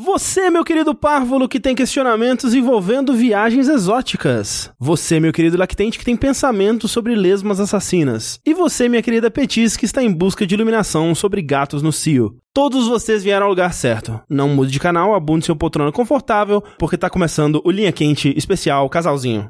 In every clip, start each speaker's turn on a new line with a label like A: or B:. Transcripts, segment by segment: A: Você, meu querido párvulo, que tem questionamentos envolvendo viagens exóticas. Você, meu querido lactente, que tem pensamentos sobre lesmas assassinas. E você, minha querida Petis, que está em busca de iluminação sobre gatos no cio. Todos vocês vieram ao lugar certo. Não mude de canal, abunde seu poltrona confortável, porque tá começando o Linha Quente Especial Casalzinho.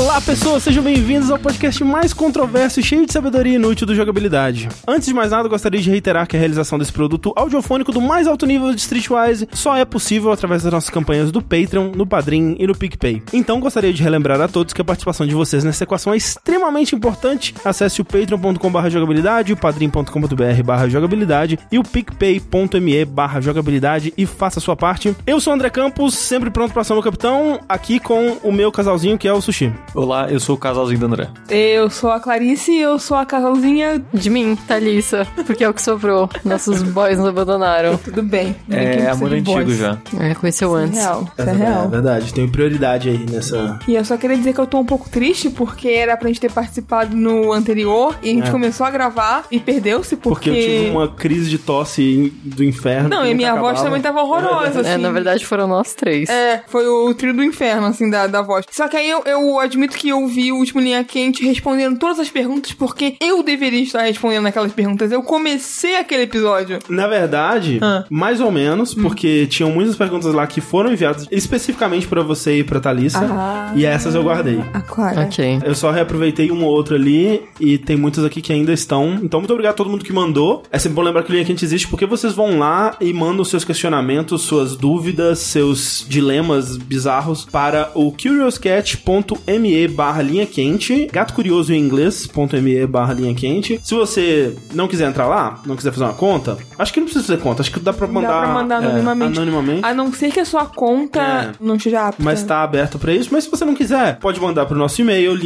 A: Olá, pessoas, sejam bem-vindos ao podcast mais controverso e cheio de sabedoria inútil do jogabilidade. Antes de mais nada, eu gostaria de reiterar que a realização desse produto audiofônico do mais alto nível de Streetwise só é possível através das nossas campanhas do Patreon, no Padrim e no PicPay. Então, gostaria de relembrar a todos que a participação de vocês nessa equação é extremamente importante. Acesse o patreon.com.br jogabilidade, o padrim.com.br barra jogabilidade e o picpay.me barra jogabilidade e faça a sua parte. Eu sou o André Campos, sempre pronto pra ser meu capitão, aqui com o meu casalzinho que é o Sushi.
B: Olá, eu sou o casalzinho do André.
C: Eu sou a Clarice e eu sou a casalzinha.
D: De mim, Thalissa, porque é o que sobrou. Nossos boys nos abandonaram.
C: Tudo bem. Ninguém
B: É
C: precisa
B: amor
C: de
B: antigo
C: voz.
B: já.
D: É, conheceu antes.
C: Real, isso é real.
A: verdade, tem prioridade aí nessa.
C: E eu só queria dizer que eu tô um pouco triste porque era pra gente ter participado no anterior e a gente
A: É.
C: começou a gravar e perdeu-se
A: Porque
C: porque.
A: eu tive um uma crise de tosse do inferno.
C: Não, e minha voz também tava horrorosa, assim.
D: É, na verdade, foram nós três.
C: É, foi o trio do inferno, assim, da, da voz. Só que aí eu, eu admito que eu vi o último Linha Quente respondendo todas as perguntas, porque eu deveria estar respondendo aquelas perguntas. Eu comecei aquele episódio.
A: Na verdade,
C: Ah.
A: mais ou menos, porque tinham muitas perguntas lá que foram enviadas especificamente pra você e pra Thalissa.
C: Ah.
A: E essas eu guardei.
C: Ah, claro.
D: Ok.
A: Eu só reaproveitei uma ou outra ali e tem muitas aqui que ainda estão. Então, muito obrigado a todo mundo que mandou. É sempre bom lembrar que o Linha Quente existe porque vocês vão lá e mandam seus questionamentos, suas dúvidas, seus dilemas bizarros para o curiouscat.me barra linha quente, gato curioso em inglês.me barra linha quente. Se você não quiser entrar lá, não quiser fazer uma conta, acho que não precisa fazer conta, acho que dá pra mandar,
C: Dá pra mandar
A: é,
C: anonimamente.
A: anonimamente.
C: A não ser que a sua conta
A: É.
C: não esteja apta.
A: Mas tá aberto pra isso. Mas se você não quiser, pode mandar pro nosso e-mail,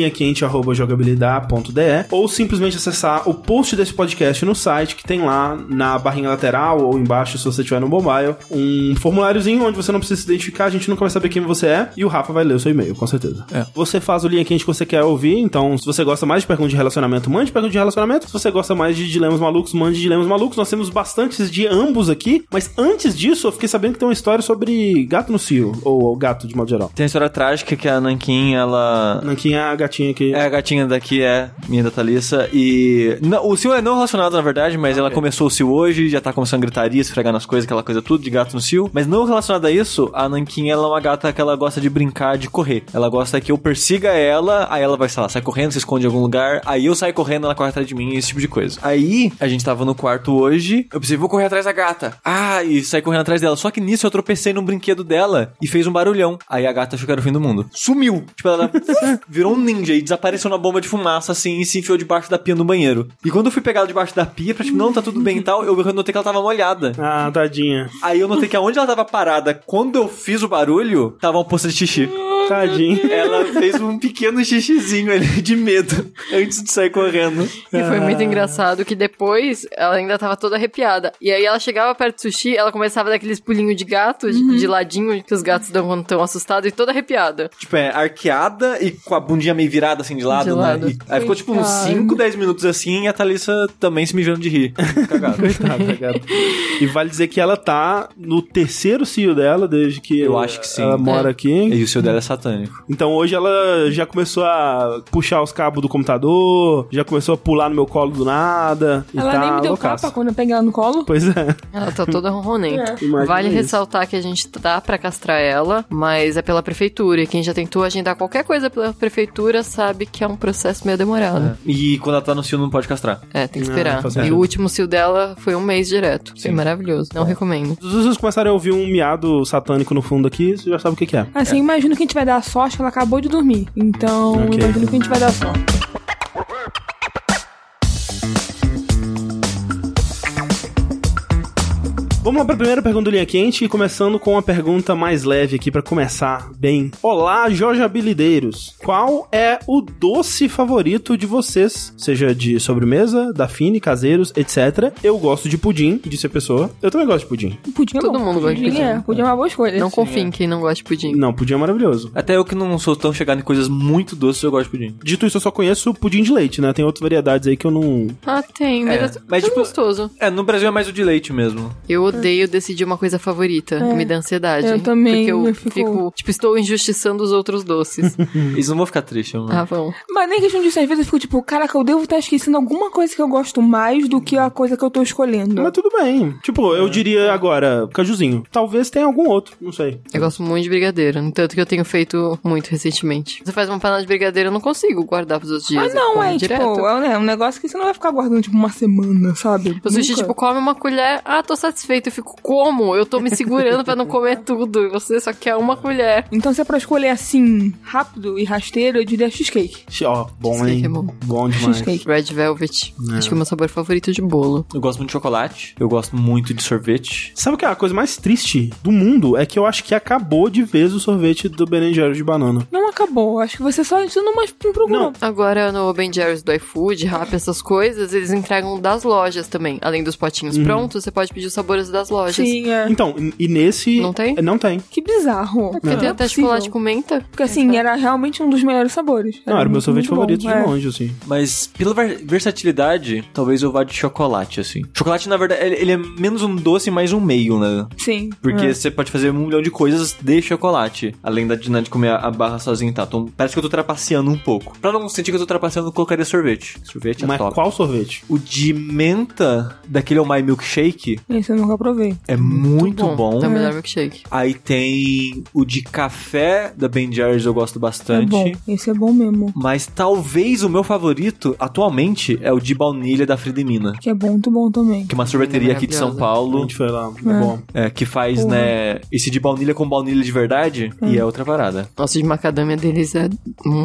A: linhaquente.jogabilidade.de é, ou simplesmente acessar o post desse podcast no site, que tem lá na barrinha lateral ou embaixo, se você tiver no mobile, um formuláriozinho onde você não precisa se identificar, a gente nunca vai saber quem você é e o Rafa vai ler o seu e-mail, com certeza.
B: É.
A: Você faz o Linha Quente que você quer ouvir, então se você gosta mais de perguntas de relacionamento, mande perguntas de relacionamento. Se você gosta mais de dilemas malucos, mande dilemas malucos. Nós temos bastantes de ambos aqui, mas antes disso, eu fiquei sabendo que tem uma história sobre gato no cio, ou, ou gato de modo geral.
B: Tem a história trágica que a Nankin, ela.
A: Nanquinha é a gatinha que.
B: É a gatinha daqui, é minha da Thalissa. E. não, o Sil é não relacionado, na verdade, mas ela começou o Sil hoje, já tá começando a gritaria, esfregar nas coisas, aquela coisa tudo de gato no Sil. Mas não relacionado a isso, a Nankin ela é uma gata que ela gosta de brincar, de correr. Ela gosta que eu persiga ela, aí ela vai, sei lá, sai correndo, se esconde em algum lugar, aí eu saio correndo, ela corre atrás de mim, esse tipo de coisa. Aí, a gente tava no quarto hoje, eu pensei, vou correr atrás da gata. Ah, e saí correndo atrás dela. Só que nisso eu tropecei num brinquedo dela e fez um barulhão. Aí a gata achou que era o fim do mundo. Sumiu! Tipo, ela virou um ninja e desapareceu na bomba de fumaça, assim, e se enfiou debaixo da pia no banheiro. E quando eu fui pegar ela debaixo da pia, pra tipo, não, tá tudo bem e tal, eu notei que ela tava molhada.
A: Ah, tadinha.
B: Aí eu notei que aonde ela tava parada, quando eu fiz o barulho, tava um poço de xixi.
A: Tadinha.
B: Ela fez um pequeno xixizinho ali de medo antes de sair correndo.
D: E foi
A: Ah.
D: muito engraçado que depois ela ainda tava toda arrepiada. E aí ela chegava perto do sushi, ela começava daqueles pulinhos de gato, de- de ladinho, que os gatos dão quando estão assustados, e toda arrepiada.
B: Tipo, é arqueada e com a bundinha meio virada assim de lado,
D: De
B: né?
D: lado.
B: E- aí ficou tipo uns
C: Coitada.
B: 5, 10 minutos assim e a Thalissa também se mijando de rir. Cagado.
A: E vale dizer que ela tá no terceiro cio dela, desde que
B: Eu acho que sim.
A: ela mora
D: É.
A: aqui.
B: E o seu dela é satânico.
A: Então hoje ela já começou a puxar os cabos do computador, já começou a pular no meu colo do nada. e
C: Ela
A: tá
C: nem me deu
A: loucaça.
C: capa quando eu peguei ela no colo.
A: Pois é.
D: Ela tá toda ronronenta.
A: Imagina
D: Vale
A: isso.
D: ressaltar que a gente tá pra castrar ela, mas é pela prefeitura. E quem já tentou agendar qualquer coisa pela prefeitura sabe que é um processo meio demorado.
B: E quando ela tá no cio, não pode castrar.
D: É, tem que
A: Ah,
D: esperar.
A: faz
D: e
A: sentido.
D: o último cio dela foi um mês direto.
B: Sim.
D: Foi maravilhoso. Não recomendo.
A: Se vocês começarem a ouvir um miado satânico no fundo aqui, você já sabe o que, que é.
C: Assim, imagino que a gente vai dar sorte, ela acabou de dormir. Então,
A: Ok.
C: imagino que a gente vai dar sorte.
A: Vamos lá pra primeira pergunta do Linha Quente, começando com uma pergunta mais leve aqui pra começar bem. Olá, Jojabilideiros. Qual é o doce favorito de vocês? Seja de sobremesa, da Fini, caseiros, etc. Eu gosto de pudim, disse a pessoa. Eu também gosto de pudim.
C: Pudim é
D: Todo
C: bom.
D: mundo gosta de
C: pudim.
D: pudim.
C: É, pudim é uma boa escolha.
D: Não confia em quem não gosta de
C: Hum.
D: pudim.
A: Não, pudim é maravilhoso.
B: Até eu que não sou tão chegado em coisas muito doces, eu gosto de pudim.
A: Dito isso, eu só conheço pudim de leite, né? Tem outras variedades aí que eu não.
D: Ah, tem, mas é,
B: mas,
D: tão
B: tipo-
D: gostoso.
B: É, no Brasil é mais o de leite mesmo.
D: Eu odeio decidir uma coisa favorita. Me dá ansiedade.
C: Hum. É. Eu também,
D: Porque eu,
C: eu
D: fico...
C: fico-
D: Tipo, estou injustiçando os outros doces.
B: Eles não vão ficar tristes, mano.
D: Hum. ah, vão.
C: Mas nem questão disso, às vezes eu fico tipo, caraca, eu devo estar esquecendo alguma coisa que eu gosto mais do que a coisa que eu tô escolhendo.
A: Mas tudo bem. Tipo,
D: É.
A: eu diria agora, cajuzinho. Talvez tenha algum outro, não sei.
D: Eu gosto muito de brigadeiro. no Tanto que eu tenho feito muito recentemente. Você faz uma panela de brigadeiro, eu não consigo guardar pros outros dias.
C: Mas
D: eu
C: não,
D: como
C: é
D: direto.
C: tipo, é um- é um negócio que você não vai ficar guardando tipo uma semana, sabe?
D: O sushi,
C: Nunca.
D: tipo, come uma colher. Ah, tô satisfeito. Eu fico, como? Eu tô me segurando pra não comer tudo. E você só quer uma colher.
C: Então, se é pra escolher assim, rápido e rasteiro, eu diria cheesecake.
A: Ó, bom,
D: Sei
A: hein?
D: que é bom.
A: demais.
C: Cheesecake.
D: Red Velvet. Acho que é o meu sabor favorito de bolo.
B: Eu gosto muito de chocolate, eu gosto muito de sorvete.
A: Sabe o que é a coisa mais triste do mundo? É que eu acho que acabou de vez o sorvete do Ben Jerry's de banana.
C: Não acabou, acho que você só isso não mais não procurou.
D: Agora no Ben Jerry's do iFood, Rap, essas coisas, eles entregam das lojas também. Além dos potinhos
B: Uhum.
D: prontos, você pode pedir os sabores das lojas.
C: Sim, é.
A: Então, e e nesse...
D: Não tem?
A: É, Não tem.
C: Que bizarro. é
D: Porque tem até chocolate com menta.
C: Porque assim, era realmente um dos melhores sabores.
A: Não, era o meu
C: muito,
A: sorvete
C: muito bom,
A: favorito de
C: é.
A: longe, assim.
B: Mas pela ver- versatilidade, talvez eu vá de chocolate, assim. Chocolate, na verdade, ele, ele é menos um doce e mais um meio, né?
C: Sim.
B: Porque
C: é.
B: você pode fazer um milhão de coisas de chocolate. Além da de, né, de comer a, a barra sozinho e tal. Então parece que eu tô trapaceando um pouco. Pra não sentir que eu tô trapaceando, eu colocaria sorvete. Sorvete é
A: Mas
B: top.
A: qual sorvete?
B: O de menta daquele Oh My Milkshake
C: Esse eu nunca provei.
B: é muito, bom.
D: É o melhor milkshake.
B: Aí tem o de café da Ben Jerry's, eu gosto
C: É
B: bastante.
C: bom. Esse é bom mesmo.
B: Mas talvez o meu favorito atualmente é o de baunilha da Fridemina.
C: Que é bom, muito bom também.
B: Que é uma sorveteria aqui de São
A: A
B: Paulo.
A: gente foi lá. É bom.
B: é, que faz, né, esse de baunilha com baunilha de verdade. E é outra parada.
D: Nosso de macadâmia deles é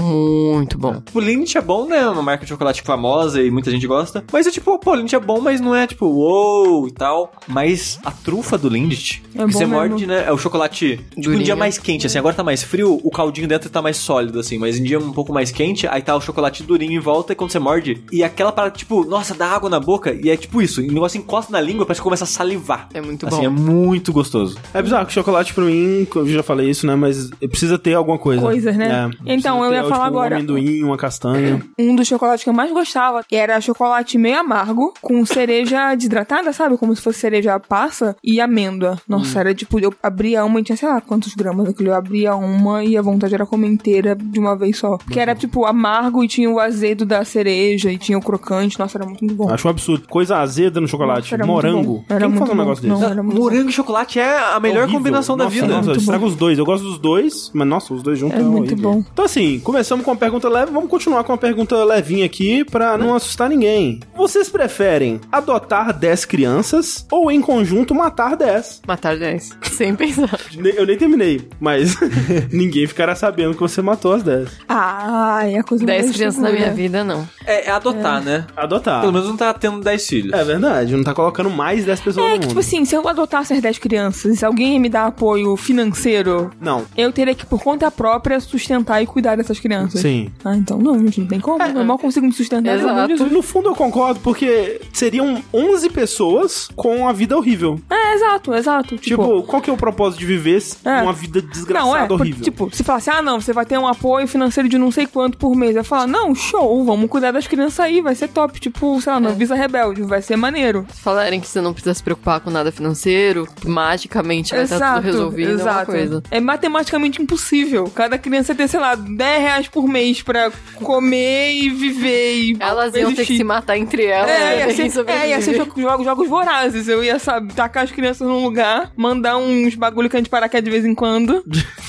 D: muito bom.
B: Tipo, Lindt é bom, né? Uma marca de chocolate famosa e muita gente gosta. Mas é tipo, pô, Lindt é bom, mas não é tipo, uou e tal. Mas a trufa do Lindt, que
C: É bom
B: você
C: mesmo.
B: morde, né? É o chocolate. Tipo, um
D: Durinho.
B: dia mais quente, assim. Agora tá mais frio, o caldinho dentro tá mais sólido, assim. Mas um dia um pouco mais quente, aí tá o chocolate durinho em volta. E quando você morde, e aquela parada, tipo, nossa, dá água na boca. E é tipo isso. E o negócio encosta na língua, parece que começa a salivar.
D: É muito
B: assim,
D: bom.
B: é muito gostoso.
A: É bizarro que chocolate pra mim, eu já falei isso, né? Mas precisa ter alguma coisa.
C: Coisas, né?
A: É,
C: Então,
A: precisa
C: eu ia
A: ter,
C: falar
A: tipo,
C: agora.
A: Um amendoim, uma castanha.
C: Um dos chocolates que eu mais gostava era chocolate meio amargo, com cereja desidratada, sabe? Como se fosse cereja passa e amêndoa.
A: Hum.
C: Nossa, era tipo, eu abria uma e tinha, sei lá, quantos gramas aquilo. Eu abria uma e a vontade era comer inteira de uma vez só. Porque era tipo amargo e tinha o azedo da cereja e tinha o crocante. Nossa, era muito, muito bom.
A: Acho um absurdo. Coisa azeda no chocolate.
C: Nossa, era muito
A: Morango.
C: bom. Era
A: Quem
C: muito
A: faz um
C: bom.
A: negócio
C: Não,
A: desse?
C: era muito bom.
B: Morango e chocolate é a melhor
A: Horrível.
B: combinação da
A: Nossa, é
B: vida.
A: Nossa,
C: muito
A: estraga os dois. Eu gosto dos dois, mas nossa, os dois juntos
C: É muito
A: horrível.
C: bom.
A: Então assim, começamos com uma pergunta leve, vamos continuar com uma pergunta levinha aqui pra não assustar ninguém. Vocês preferem adotar 10 crianças ou em conjunto matar 10?
D: Matar 10. Sem pensar.
A: Ne- Eu nem terminei, mas ninguém ficará sabendo que você matou as 10.
C: Ah, é a coisa
D: 10
C: mais
D: crianças na
C: segura.
D: minha vida, não.
B: É, é adotar, né?
A: Adotar.
B: Pelo menos não tá tendo 10 filhos.
A: Ah. É verdade, não tá colocando mais 10 pessoas
C: É
A: no
C: que,
A: mundo.
C: tipo assim, se eu adotasse as 10 crianças, e se alguém me dar apoio financeiro,
A: Não.
C: eu teria que, por conta própria, sustentar e cuidar dessas crianças.
A: Sim.
C: Ah, então não, gente, não tem como. eu mal consigo me sustentar.
D: É, Exato.
C: pelo amor de Deus.
A: No fundo eu concordo, porque seriam 11 pessoas com a vida horrível.
C: É, exato, exato.
A: Tipo,
C: Tipo,
A: qual que é o propósito de viver
C: É.
A: uma vida desgraçada,
C: por-
A: horrível?
C: tipo, se falasse, ah, não, você vai ter um apoio financeiro de não sei quanto por mês. Eu falo, não, show, vamos cuidar das crianças aí, vai ser top. Tipo, sei lá,
D: É.
C: no Visa Rebelde, vai ser maneiro.
D: Se falarem que você não precisa se preocupar com nada financeiro, magicamente vai estar tá tudo resolvido. é uma coisa.
C: É matematicamente impossível. Cada criança ter, sei lá, 10 reais por mês pra comer e viver e.
D: Elas iam ter que
C: existir.
D: se matar entre elas.
C: É, ia
D: né? Quem
C: ser, é, ia ser jogo-
D: sobrevive.
C: jogos, jogos vorazes. Eu ia, sabe, tacar as crianças num lugar, mandar uns bagulho que a gente paraquedas de vez em quando.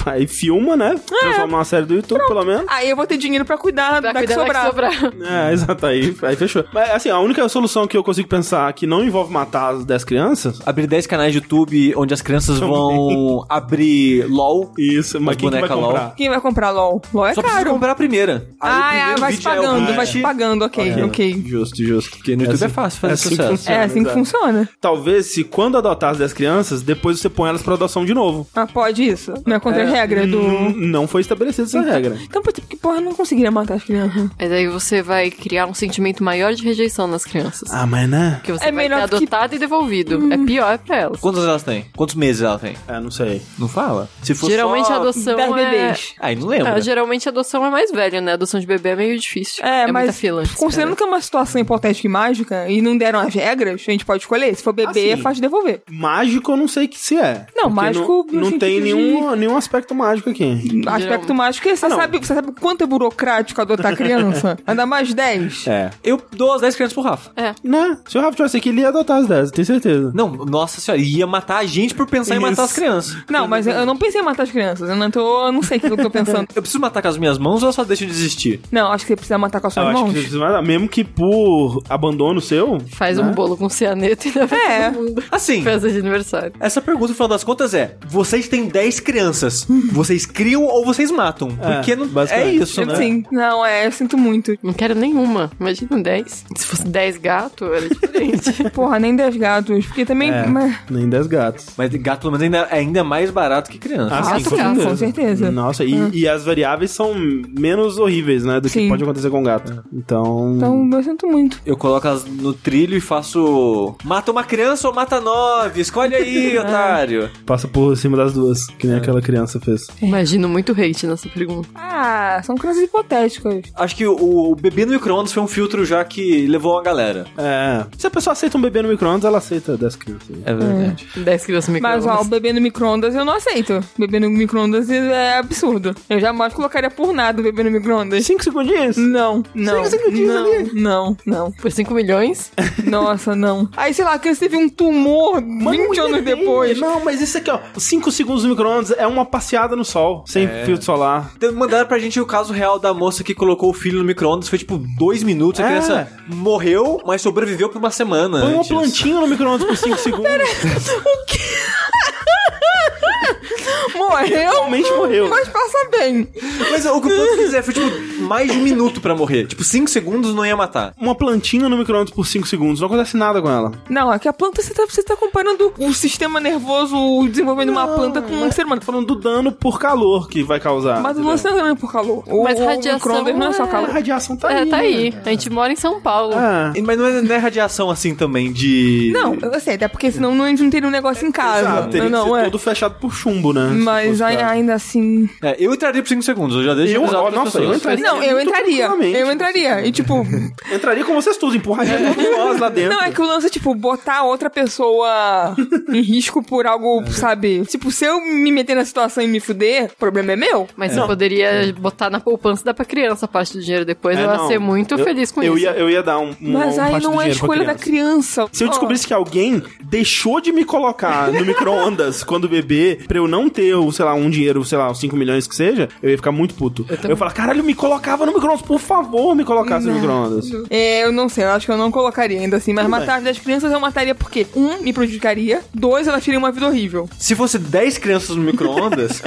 A: Vai, filma, né?
C: É.
A: Transforma uma série do YouTube, pelo menos.
C: Aí eu vou ter dinheiro pra cuidar
D: Pra
C: da que
D: cuidar da
C: sobrar.
D: que sobrar.
A: É, exato, aí, aí fechou. Mas assim, a única solução que eu consigo pensar que não envolve matar as 10 crianças.
B: Abrir 10 canais de YouTube onde as crianças
A: Também.
B: vão abrir LOL.
A: Isso, mas
B: Mas
A: quem que vai
B: boneca LOL.
A: comprar?
C: Quem vai comprar LOL? LOL é
B: Só precisa
C: caro.
B: comprar a primeira. Aí o
C: Ah, é,
B: primeiro
C: vai se
B: vídeo é o
C: pagando,
B: vídeo.
C: vai se pagando, ok,
A: É.
C: ok.
A: Justo, justo.
B: Porque no YouTube é, fácil fazer
A: é assim que
B: sucesso.
A: funciona.
C: É assim que
A: Exato.
C: funciona.
A: Talvez se quando adotar as 10 crianças, depois você põe elas pra adoção de novo.
C: Ah, pode isso? Não é contra a regra
A: Não,
B: Uhum.
C: do.
A: não foi estabelecida essa regra.
C: Então, por que porra eu não conseguiria matar as crianças?
D: Mas aí você vai criar um sentimento maior de rejeição nas crianças.
A: Ah, mas né?
D: Que você
C: É
D: vai ter
C: melhor que- Uhum.
D: adotado e devolvido. É pior pra elas.
B: Quantas elas têm? Quantos meses ela tem?
A: É, não sei.
B: Não fala. Se for
D: Geralmente
B: só...
D: a adoção
C: Das
D: é...
C: bebês.
B: Aí não lembro.
D: Ah, geralmente a adoção é mais velha, né? A adoção de bebê é meio difícil.
C: É, mas
D: muita fila antes, né?
C: considerando que é uma situação hipotética e mágica e não deram as regras, a gente pode escolher. Se for bebê,
A: Assim.
C: é fácil devolver.
A: Mágico eu não sei que se é.
C: Não,
A: Porque
C: mágico no
A: Não, não tem
C: sentido de-
A: nenhum, nenhum aspecto mágico aqui.
C: Aspecto mágico é você
A: Ah, não.
C: sabe, você sabe quanto é burocrático adotar criança? Ainda mais 10.
B: É. Eu dou as 10 crianças pro Rafa.
A: Né? Se o Rafa tivesse aqui, ele ia adotar as 10, eu tenho certeza.
B: Não, nossa senhora, ia matar a gente por pensar em matar
A: Isso.
B: as crianças.
C: Não, mas eu- eu não pensei em matar as crianças. Eu não, tô, eu não sei o que eu tô pensando.
B: Eu preciso matar com as minhas mãos ou eu só deixo de existir?
C: Não, acho que você precisa matar com as
A: Eu
C: suas
A: acho
C: mãos.
A: que você vai dar, mesmo que por abandono seu.
D: Faz um bolo com cianeto e leva
C: É.
D: pra
A: Né?
D: todo mundo.
B: Assim,
D: Festa de aniversário.
B: essa pergunta, no final das contas, é: vocês têm 10 crianças, vocês criam ou vocês matam?
A: É,
B: Porque não, é
A: basicamente.
B: isso, né?
C: Sim, não, é, eu sinto muito.
D: Não quero nenhuma. Imagina 10. Se fosse 10 gatos, era diferente.
C: Porra, nem 10 gatos. Porque também.
A: É,
C: mas-
A: nem 10 gatos.
B: Mas gato, pelo menos, ainda, é ainda mais barato que criança.
A: Ah, sim,
D: com
C: certeza. Ah.
A: Nossa, e, e as variáveis são menos horríveis, né? Do que
C: Sim.
A: pode acontecer com gato. Então.
C: Então, eu sinto muito.
B: Eu coloco elas no trilho e faço. Mata uma criança ou mata nove? Escolhe aí,
A: É.
B: otário.
A: Passa por cima das duas, que nem aquela criança fez.
D: Imagino muito hate nessa pergunta.
C: Ah, são crianças hipotéticas.
B: Acho que o, o bebê no micro-ondas foi um filtro já que levou uma galera.
A: É. Se a pessoa aceita um bebê no micro-ondas, ela aceita 10 crianças.
B: É verdade.
D: 10 crianças me
C: Mas, ó, o bebê no micro-ondas eu não aceito. Bebê no micro-ondas é absurdo. Eu jamais colocaria por nada o bebê no micro-ondas.
A: 5 É. segundinhos?
C: Não, não.
A: Cinco segundinhos
C: não,
A: ali.
C: não, não.
D: Por 5 milhões?
C: Nossa, não. Aí, sei lá, a criança teve um tumor 20 anos depois.
A: é Não, mas isso aqui, ó. 5 segundos no micro-ondas é uma passeada no sol, sem filtro solar.
B: Então, Mandaram pra gente o caso real da moça que colocou o filho no micro-ondas. Foi tipo dois minutos. A
A: É.
B: criança morreu, mas sobreviveu por uma semana.
A: Põe uma
B: antes.
A: plantinha no micro-ondas por 5 segundos.
C: Morreu,
A: Realmente morreu.
C: mas passa bem.
B: Mas o que eu tô dizer foi tipo mais de um minuto pra morrer. Tipo, cinco segundos não ia matar.
A: Uma plantinha no micro-ondas por 5 segundos, não acontece nada com ela.
C: Não, é que a planta você tá, você tá comparando o sistema nervoso desenvolvendo uma planta com um ser humano.
A: Tô falando do dano por calor que vai causar.
C: Mas o
A: entendeu?
C: lance não é também por calor. O,
D: Mas
C: o
D: radiação
C: micro-ondas não é só
D: é-
A: A
C: calor.
A: radiação tá
D: é,
A: aí.
D: tá aí.
A: né?
D: A gente mora em São Paulo.
A: Ah.
B: E- Mas não é, não é radiação assim também de.
C: Não, eu sei, até porque senão não, a gente não teria um negócio em casa.
A: Exato, É teria
C: não,
A: que ser
C: é.
A: todo fechado por chumbo, né? se
C: Mas
A: fosse
C: ai-
A: pra-
C: ainda assim.
B: É, eu entraria por cinco segundos. Eu já deixo
A: Eu-
B: avisado
A: ó,
B: pras
A: nossa, eu
B: pessoas.
A: entraria.
C: Não, eu
A: muito
C: entraria.
A: tranquilamente. assim.
C: Eu entraria. E tipo.
A: Entraria com vocês tudo, empurraria todos nós lá dentro.
C: Não, é que o lance é, tipo, botar outra pessoa em risco por algo,
A: É.
C: sabe? Tipo, se eu me meter na situação e me fuder, o problema é meu.
D: Mas você poderia botar na poupança e dar pra criança a parte do dinheiro depois.
A: É,
D: ela
A: não,
D: vai ser muito
A: eu-
D: feliz com
A: eu
D: isso.
A: Ia, eu ia dar um, um
C: Mas
A: um
C: aí
A: parte do
C: não é a
A: dinheiro pra
C: escolha da criança.
A: Se eu
C: Ó,
A: descobrisse que alguém deixou de me colocar no micro-ondas quando bebê, pra eu não ter, o, sei lá, um dinheiro, sei lá, uns 5 milhões que seja, eu ia ficar muito puto. Eu, ia falar, caralho, me colocava no micro-ondas, por favor, me colocasse no micro-ondas.
C: É, eu não sei, eu acho que eu não colocaria ainda assim, mas matar das crianças eu mataria porque, um, me prejudicaria, dois, elas teriam uma vida horrível.
B: Se fosse 10 crianças no micro-ondas,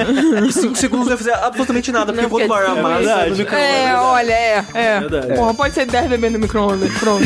B: 5 segundos não ia fazer absolutamente nada, porque
D: Não,
B: eu vou
D: porque-
B: tomar a
D: é
B: massa
A: verdade.
B: no micro-ondas.
C: É, olha, é, é.
A: Verdade.
C: Porra, pode ser 10 bebendo no micro-ondas, pronto.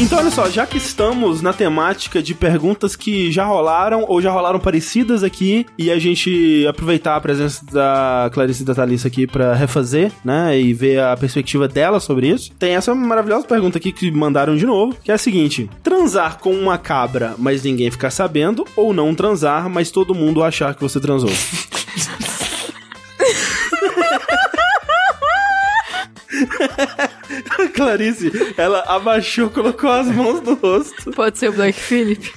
A: Então, olha só, já que estamos na temática de perguntas que já rolaram ou já rolaram parecidas aqui, e a gente aproveitar a presença da Clarice e da Thalissa aqui pra refazer, né, e ver a perspectiva dela sobre isso, tem essa maravilhosa pergunta aqui que mandaram de novo, que é a seguinte: transar com uma cabra, mas ninguém ficar sabendo, ou não transar, mas todo mundo achar que você transou? Clarice, ela abaixou, colocou as mãos no rosto.
D: Pode ser o Black Phillip.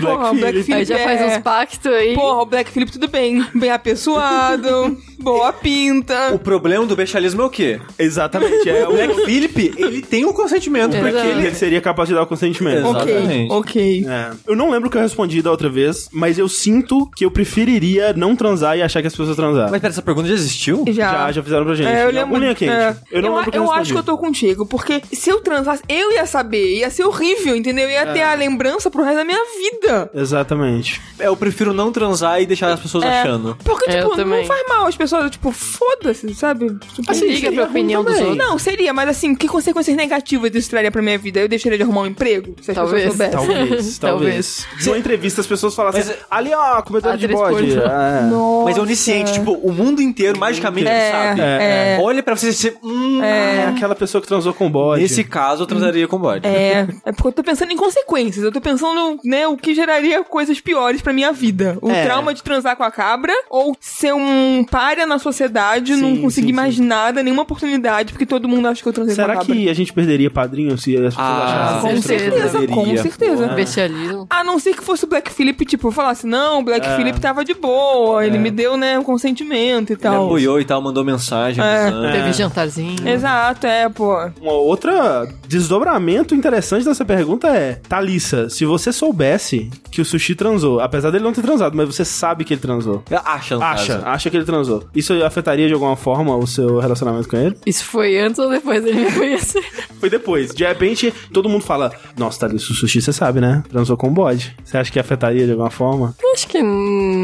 C: Porra, o Black
D: Aí
C: Phillip
D: já faz
C: é-
D: uns pactos aí.
C: Porra, o Black Phillip tudo bem. Bem apessoado, boa pinta.
B: O problema do bestialismo é o quê?
A: Exatamente, é
B: O Black Philip, ele tem o consentimento pra
A: porque
D: Exato.
B: aquele.
A: ele seria capaz de dar o consentimento.
B: Exato.
C: Ok,
B: Exatamente.
C: ok.
A: É. Eu não lembro o que eu respondi da outra vez, mas eu sinto que eu preferiria não transar e achar que as pessoas transaram.
B: Mas pera, essa pergunta já existiu?
C: Já.
A: Já, já fizeram pra gente.
C: É, eu
A: Em algum
C: lembro-
A: linha quente.
C: é.
A: Eu não lembro o que eu
C: eu acho
A: respondi.
C: que eu tô contigo, porque se eu transasse, eu ia saber, ia ser horrível, entendeu? Ia
A: É.
C: ter a lembrança pro resto da minha vida.
A: Exatamente.
B: É, Eu prefiro não transar e deixar as pessoas achando.
C: Porque,
D: É, eu
C: tipo, não
D: também.
C: faz mal as pessoas, tipo, foda-se, sabe? Tipo,
D: Assim, liga pra opinião dos outros.
C: Não, seria, mas assim, que consequências negativas isso traria pra minha vida? Eu deixaria de arrumar um emprego? Se as
D: Talvez.
C: pessoas soubessem.
A: Talvez, talvez.
D: Talvez.
A: Numa entrevista as pessoas falam assim,
C: é-
B: Mas-
A: ali ó, comedor de
D: Atriz
A: bode.
D: pornô.
A: Ah, é.
C: Nossa.
B: Mas é onisciente, tipo, o mundo inteiro magicamente
C: É,
B: sabe.
A: é,
C: é.
B: Olha pra você e você. Hum,
A: É aquela pessoa que transou com bode.
B: Nesse caso, eu transaria com o bode.
C: É, é porque eu tô pensando em consequências. Eu tô pensando, né, o que geraria coisas piores pra minha vida. O
A: É.
C: trauma de transar com a cabra ou ser um párea na sociedade,
A: Sim,
C: não conseguir
A: sim,
C: mais
A: sim.
C: nada, nenhuma oportunidade, porque todo mundo acha que eu transei
A: Será
C: com a cabra.
A: que a gente perderia padrinho se as pessoas
B: Ah,
A: achassem?
D: com
A: que transou
D: certeza.
A: com bode?
C: Com certeza.
A: Porra.
D: Bestialismo.
C: A não ser que fosse o Black Philip, tipo, falasse, não, o
A: É.
C: Black Philip tava de boa, ele me deu, né, um consentimento e
B: Ele
C: tal.
B: apoiou e tal, mandou mensagem.
C: É.
B: avisando.
D: Teve jantarzinho.
C: Exato, é, pô.
A: Uma outra desdobramento interessante dessa pergunta é: Thalissa, se você soubesse que o sushi transou, apesar dele não ter transado, mas você sabe que ele transou.
B: Acha, no
A: Acha,
B: caso.
A: acha que ele transou. Isso afetaria de alguma forma o seu relacionamento com ele?
D: Isso foi antes ou depois dele me conhecer?
A: Foi depois. De repente, todo mundo fala: Nossa, Thalissa, o sushi você sabe, né? Transou com bode. Você acha que afetaria de alguma forma?
D: Acho que.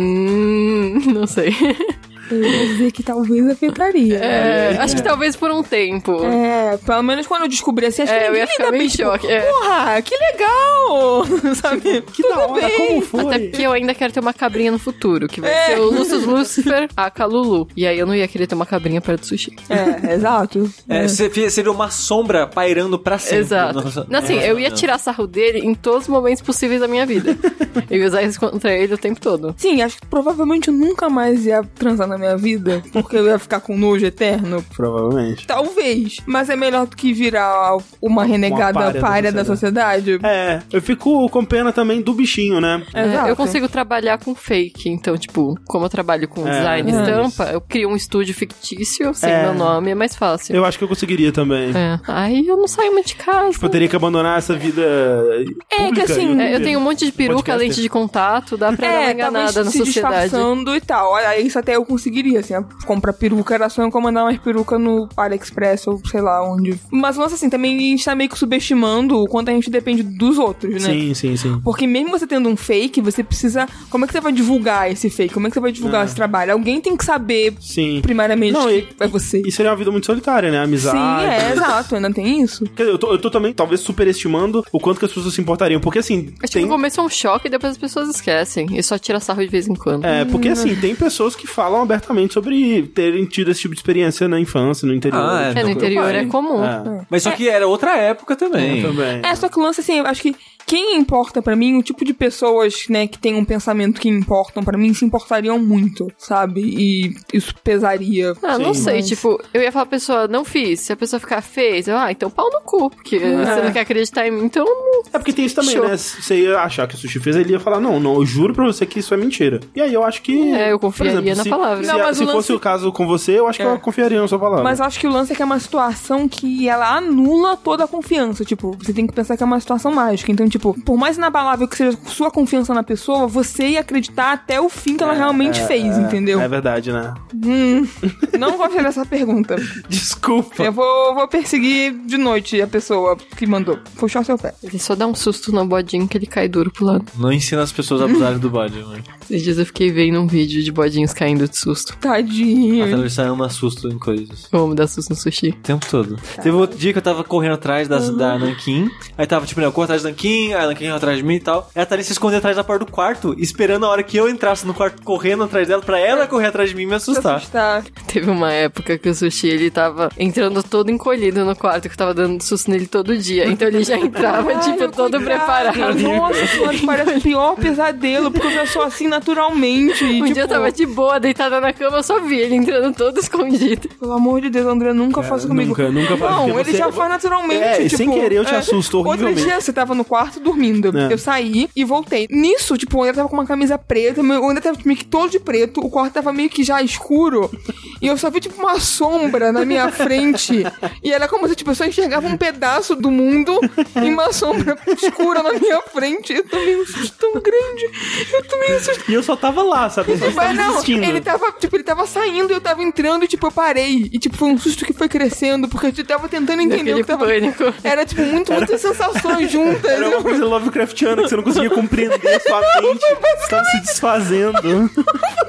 D: hum, Não sei.
C: Eu ia dizer que talvez afetaria.
D: É, acho que talvez por um tempo.
C: É, pelo menos quando eu descobri assim, acho
D: É,
C: que
D: eu
C: ninguém
D: ia ficar
C: liga
D: meio
C: bem,
D: em choque,
C: Tipo,
D: é.
C: Porra, que legal! Sabe?
A: Tipo, Que da hora, tá como foi?
D: Até porque eu ainda quero ter uma cabrinha no futuro, que vai
C: É.
D: ser o Lucius Lucifer, a Kalulu. E aí eu não ia querer ter uma cabrinha perto do sushi.
C: É, exato.
B: É, você fi- seria uma sombra pairando pra sempre.
D: Exato.
B: Nossa-
D: assim,
B: nossa,
D: eu ia
B: não.
D: tirar sarro dele em todos os momentos possíveis da minha vida. eu ia usar isso contra ele o tempo todo.
C: Sim, acho que provavelmente eu nunca mais ia transar na minha vida, porque eu ia ficar com nojo eterno.
A: Provavelmente.
C: Talvez, mas é melhor do que virar uma renegada
A: párea
C: párea,
A: da
C: da sociedade.
A: É, eu fico com pena também do bichinho, né?
C: Exato.
D: É, Eu consigo trabalhar com fake, então, tipo, como eu trabalho com
A: É,
D: design e
A: é
D: estampa, eu crio um estúdio fictício, sem
A: É.
D: meu nome, é mais fácil.
A: Eu acho que eu conseguiria também.
D: É. Aí eu não saio mais de casa.
A: Tipo, eu teria que abandonar essa vida.
C: É, que
A: pública
C: assim,
A: e o
D: É, eu
A: mundo.
D: tenho um monte de peruca,
A: Podcaster.
D: lente de contato, dá pra dar uma
C: É, talvez
D: enganada na
C: se
D: sociedade.
C: disfarçando e tal. Aí isso até eu conseguiria, assim. Comprar peruca, era só encomendar umas peruca no AliExpress ou sei lá onde. Mas, nossa, assim, também a gente tá meio que subestimando o quanto a gente depende dos outros, né?
A: Sim, sim, sim.
C: Porque mesmo você tendo um fake, você precisa... Como é que você vai divulgar esse fake? Como é que você vai divulgar esse trabalho? Alguém tem que saber,
A: Sim.
C: primariamente,
A: Não, e-
C: que é você.
A: E seria uma vida muito solitária, né?
C: Sim,
A: Amizade.
C: é, exato. Ainda tem isso.
A: Quer dizer, eu tô, eu tô também, talvez, superestimando o quanto que as pessoas se importariam. Porque, assim,
D: Acho que
A: tem...
D: no começo é um choque e depois as pessoas esquecem. E só tira sarro de vez em quando.
A: É, porque, assim, tem pessoas que falam abertamente sobre terem tido esse tipo de experiência na infância, no interior.
B: Ah,
D: É,
B: não,
D: no interior
B: eu
D: é comum.
A: É.
B: Mas só que era outra época também.
A: Também.
C: É, só que o lance, assim, eu acho que quem importa pra mim, o tipo de pessoas, né, que tem um pensamento que importam pra mim, se importariam muito, sabe? E isso pesaria.
D: Ah, não
A: Sim.
D: sei,
C: Mas-
D: tipo, eu ia falar pra pessoa, não fiz. Se a pessoa ficar fez, eu, ah, então pau no cu, porque
A: Ah.
D: você não quer acreditar em mim, então
A: É porque tem isso também,
D: Show.
A: né? Se Você ia achar que o sushi fez, ele ia falar, não, não, eu juro pra você que isso é mentira. E aí eu acho que.
D: É, eu
A: por
D: confiaria na
A: se,
D: palavra.
A: Se,
C: Não, mas
A: se
C: o lance-
A: fosse o caso com você, eu acho que
C: É.
A: eu confiaria na sua palavra.
C: Mas eu acho que o lance é que é uma situação que ela anula toda a confiança. Tipo, você tem que pensar que é uma situação mágica. Então, tipo, por mais inabalável que seja sua confiança na pessoa, você ia acreditar até o fim que ela realmente fez, entendeu? Hum.
A: É verdade, né?
C: Não gostei dessa pergunta.
A: Desculpa.
C: Eu vou, vou perseguir de noite a pessoa que mandou. Puxar o seu pé.
D: ele só dá um susto no bodinho que ele cai duro pro lado.
B: Não ensina as pessoas a abusarem do bode, mano.
D: Esses dias eu fiquei vendo um vídeo de bodinhos caindo de susto.
C: Tadinho.
A: é
B: A Thalissa ama é um susto em coisas.
D: Eu amo dar susto no sushi. Tá. Uhum.
B: O tempo todo. Teve outro dia que eu tava correndo atrás da, da Nankin. Aí tava, tipo, né, eu corro atrás da Nankin, mim, a Alan correu atrás de mim e tal. E a Thalissa se escondeu atrás da porta do quarto, esperando a hora que eu entrasse no quarto correndo atrás dela, pra ela correr atrás de mim e me assustar.
C: Assustar.
D: Teve uma época que o sushi ele tava entrando todo encolhido no quarto, que eu tava dando susto nele todo dia. Então ele já entrava, tipo,
C: Caralho,
D: todo
C: cuidado.
D: preparado.
C: Nossa senhora, parece o pior pesadelo, porque eu já sou assim naturalmente. e,
D: Um
C: tipo,
D: dia eu tava de boa, deitada na cama, eu só vi ele entrando todo escondido.
C: Pelo amor de Deus, André, nunca faça comigo.
A: nunca, nunca faça,
C: Não,
A: porque
C: ele
A: você-
C: já faz naturalmente.
A: É, e
C: tipo,
A: sem querer eu te assusto horrivelmente.
C: Outro dia você tava no quarto dormindo.
A: É.
C: Eu saí e voltei. Nisso, tipo, o André tava com uma camisa preta, meu- o André tava meio que todo de preto, o quarto tava meio que já escuro. e eu só vi, tipo, uma sombra na minha frente. E era como se, tipo, eu só enxergava um pedaço do mundo e uma sombra escura na minha frente. Eu tomei um susto tão grande. Eu tomei um susto
A: E eu só tava lá, sabe? Eu só
C: mas
A: tava
C: não,
A: assistindo.
C: ele tava, tipo, ele tava saindo, eu tava entrando e, tipo, eu parei. E, tipo, foi um susto que foi crescendo, porque eu tava tentando entender o
D: Aquele
C: que tava...
D: pânico.
C: Era, tipo, muito, muitas sensações juntas.
A: né? Era uma coisa Lovecraftiana que você não conseguia compreender a sua mente. Você tava se desfazendo.